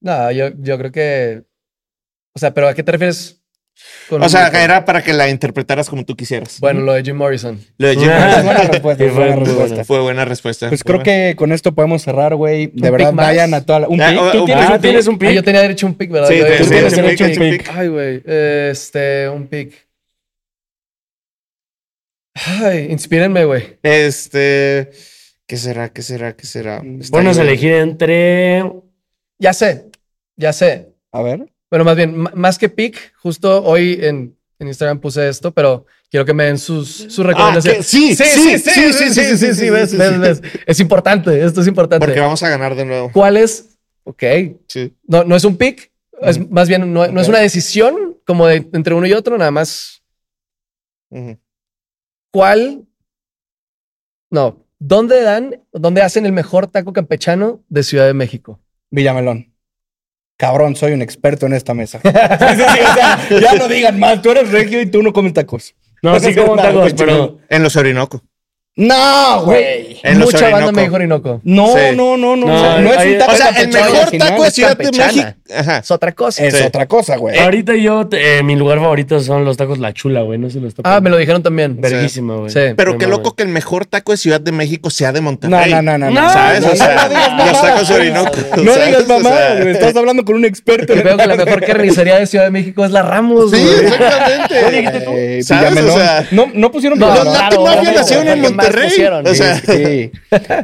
E: no, yo, yo creo que o sea, pero ¿a qué te refieres? con-
D: O sea, era para que la interpretaras como tú quisieras.
E: bueno, lo de Jim Morrison.
D: Lo de Jim
C: Es
D: Morrison
C: buena respuesta, es buena
B: Muy buena.
C: respuesta.
D: fue buena respuesta.
C: Pues
D: Fue
C: creo
D: buena.
C: que con esto podemos cerrar, güey. De
E: Un
C: verdad,
E: pick más.
C: vayan a toda la... ¿Un
D: Ah,
C: pick?
D: oh,
B: ¿Tú
D: oh,
B: tienes,
D: ah,
B: un- tienes un
E: Ah, yo
B: pick?
E: tenía derecho a un pick, ¿verdad?
D: Sí,
E: Yo-
D: te-
E: yo-
B: Tú
D: sí,
B: tienes
D: es un
B: derecho
D: pick,
B: a
D: es
B: un
D: un
B: pick.
D: pick.
E: Ay, güey. Este, un pick. Ay, inspírenme, güey.
D: Este. ¿Qué será? ¿Qué será? ¿Qué será? Está
B: Bueno,
D: ahí,
B: se
D: güey.
B: elegir entre.
E: Ya sé, ya sé.
C: A ver.
E: Bueno, más bien, m- más que pick, justo hoy en, en Instagram puse esto, pero quiero que me den sus, sus recomendaciones.
D: Ah, que- sí, sí, sí, sí, sí, sí, sí,
E: ves,
D: sí,
E: ves,
D: sí.
E: ves. Es importante, esto es
D: Porque
E: importante.
D: vamos a ganar de nuevo.
E: ¿Cuál es? Ok,
D: Sí.
E: no, no es un pick, es
D: Mm.
E: más bien, no, no es
C: Ok.
E: una decisión como de, entre uno y otro, nada más
D: Ujú.
E: ¿Cuál? No. ¿Dónde dan, dónde hacen el mejor taco campechano de Ciudad de México?
C: Villamelón. Cabrón, soy un experto en esta mesa. Sí, sí, sí, o sea, ya no digan más. Tú eres regio y tú no comes tacos.
B: No, sí, como tacos, pero.
D: En los Orinoco.
C: ¡No, güey!
D: En los
E: Mucha banda
D: Orinoco.
E: me dijo Orinoco.
C: No,
D: Sí.
C: no, no, no.
B: No,
C: O sea, No, es
B: ahí-
C: un taco
D: O sea, el
C: campechano
D: mejor
C: original,
D: taco de
C: es
D: Ciudad de
E: campechana.
D: México. Ajá.
E: Es otra cosa.
C: Es
D: Sí.
C: otra cosa, güey.
B: Ahorita yo, eh, mi lugar favorito son los tacos La Chula, güey. No se los topo.
E: Ah, me lo dijeron también.
B: Verguísima, güey.
E: Sí.
D: Pero
B: No
D: qué
B: mames.
D: loco que el mejor taco de Ciudad de México sea de
C: No,
D: Monterrey.
C: no, no, no.
B: No,
D: ¿Sabes?
C: no,
D: o sea,
C: no digas
D: los
C: mamadas.
D: tacos de Orinoco.
C: No
D: ¿sabes?
C: digas
D: O sea,
C: mamá, güey. Estás hablando con un experto.
E: Que
C: en
E: veo que la
C: esta
E: mejor carnicería de Ciudad de México es la Ramos,
D: Sí,
E: güey.
D: exactamente.
C: Eh,
D: ¿Sabes?
C: Villamelón.
D: O sea-
C: no, no pusieron
E: No,
D: Los
C: Villamelón.
D: Latin
E: claro,
D: Mafia
E: obvio,
D: nacieron en
E: porque más
D: Monterrey.
E: pusieron.
D: O sea,
C: Sí.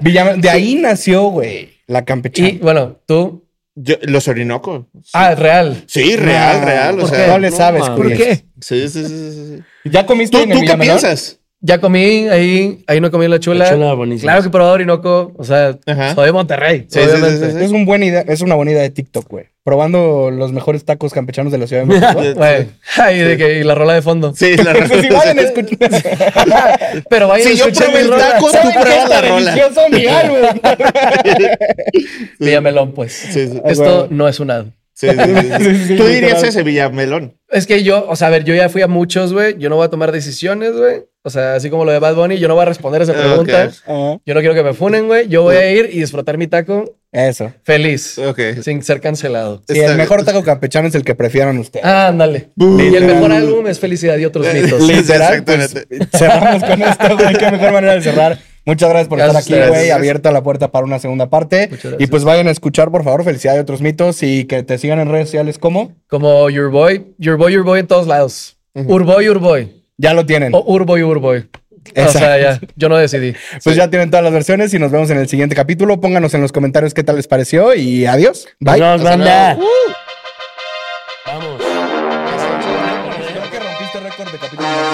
C: Villamel- de ahí nació, güey, la campechana.
E: Y bueno, tú.
D: yo- los Orinoco.
E: Ah, es real.
D: Sí, real,
C: No,
D: real. O
E: ¿por
D: sea,
C: no
E: qué?
C: le
B: no,
C: sabes,
B: man.
E: ¿Por
C: Curiel.
E: qué?
D: sí, sí, sí, sí, sí.
C: ¿Ya comiste
D: ¿Tú,
C: en el
D: tú qué
C: Villamelón?
D: piensas?
E: Ya comí ahí, ahí no comí la chula.
B: La chula, buenísima.
E: Claro que he probado Orinoco. O sea,
D: Ajá.
E: soy de Monterrey.
D: Sí, sí, sí,
E: obviamente.
D: sí, sí.
C: Es, un buen idea, es una buena idea de TikTok, güey. Probando los mejores tacos campechanos de la Ciudad de México.
E: Güey. Ay, de que, y la rola de fondo.
D: Sí, la
C: Pues si vayan a
D: respuesta.
C: escuchar.
E: Pero vayan
D: Si
E: a
D: yo
E: escuchar
D: probé
E: mi
D: el
E: rola.
D: taco, tú
C: ¿Saben qué
D: pruebas
C: está
D: la rola.
C: delicioso, Miguel, güey?
E: Villamelón, pues.
D: Sí, sí,
E: Esto
C: huevo.
E: no es un ad.
D: sí, sí, sí.
C: Sí, sí, sí,
D: Tú
C: literal.
D: dirías ese Villamelón.
E: Es que yo, o sea, a ver, yo ya fui a muchos, güey. Yo no voy a tomar decisiones, güey. O sea, así como lo de Bad Bunny, yo no voy a responder esa
D: Ah,
E: pregunta.
D: ok.
C: Ah,
E: Yo no quiero que me funen, güey. Yo voy a ir y disfrutar mi taco
C: Eso.
E: feliz,
D: Ok.
E: sin ser cancelado.
C: Sí,
D: Está
C: el mejor taco campechano es el que prefieran ustedes.
E: Ah, ándale. Y el mejor álbum es Felicidad y otros mitos.
D: Sí,
C: Literal,
D: exactamente.
C: Cerramos con esto, güey. Qué mejor manera de cerrar. Muchas gracias por
E: Gracias a
C: estar aquí,
E: ustedes.
C: güey. Abierta la puerta para una segunda parte.
E: Muchas gracias.
C: Y pues vayan a escuchar, por favor, Felicidad y otros mitos y que te sigan en redes sociales como.
E: Como Your Boy, Your Boy, Your Boy en todos lados. Urboy, Urboy.
C: Ya lo tienen.
E: O Urboy, Urboy. O sea, ya, yo no decidí.
C: Pues ya tienen todas las versiones y nos vemos en el siguiente capítulo. Pónganos en los comentarios qué tal les pareció y adiós. Bye.
B: Nos vemos, banda. Vamos.
C: Creo que rompiste récord de capítulos.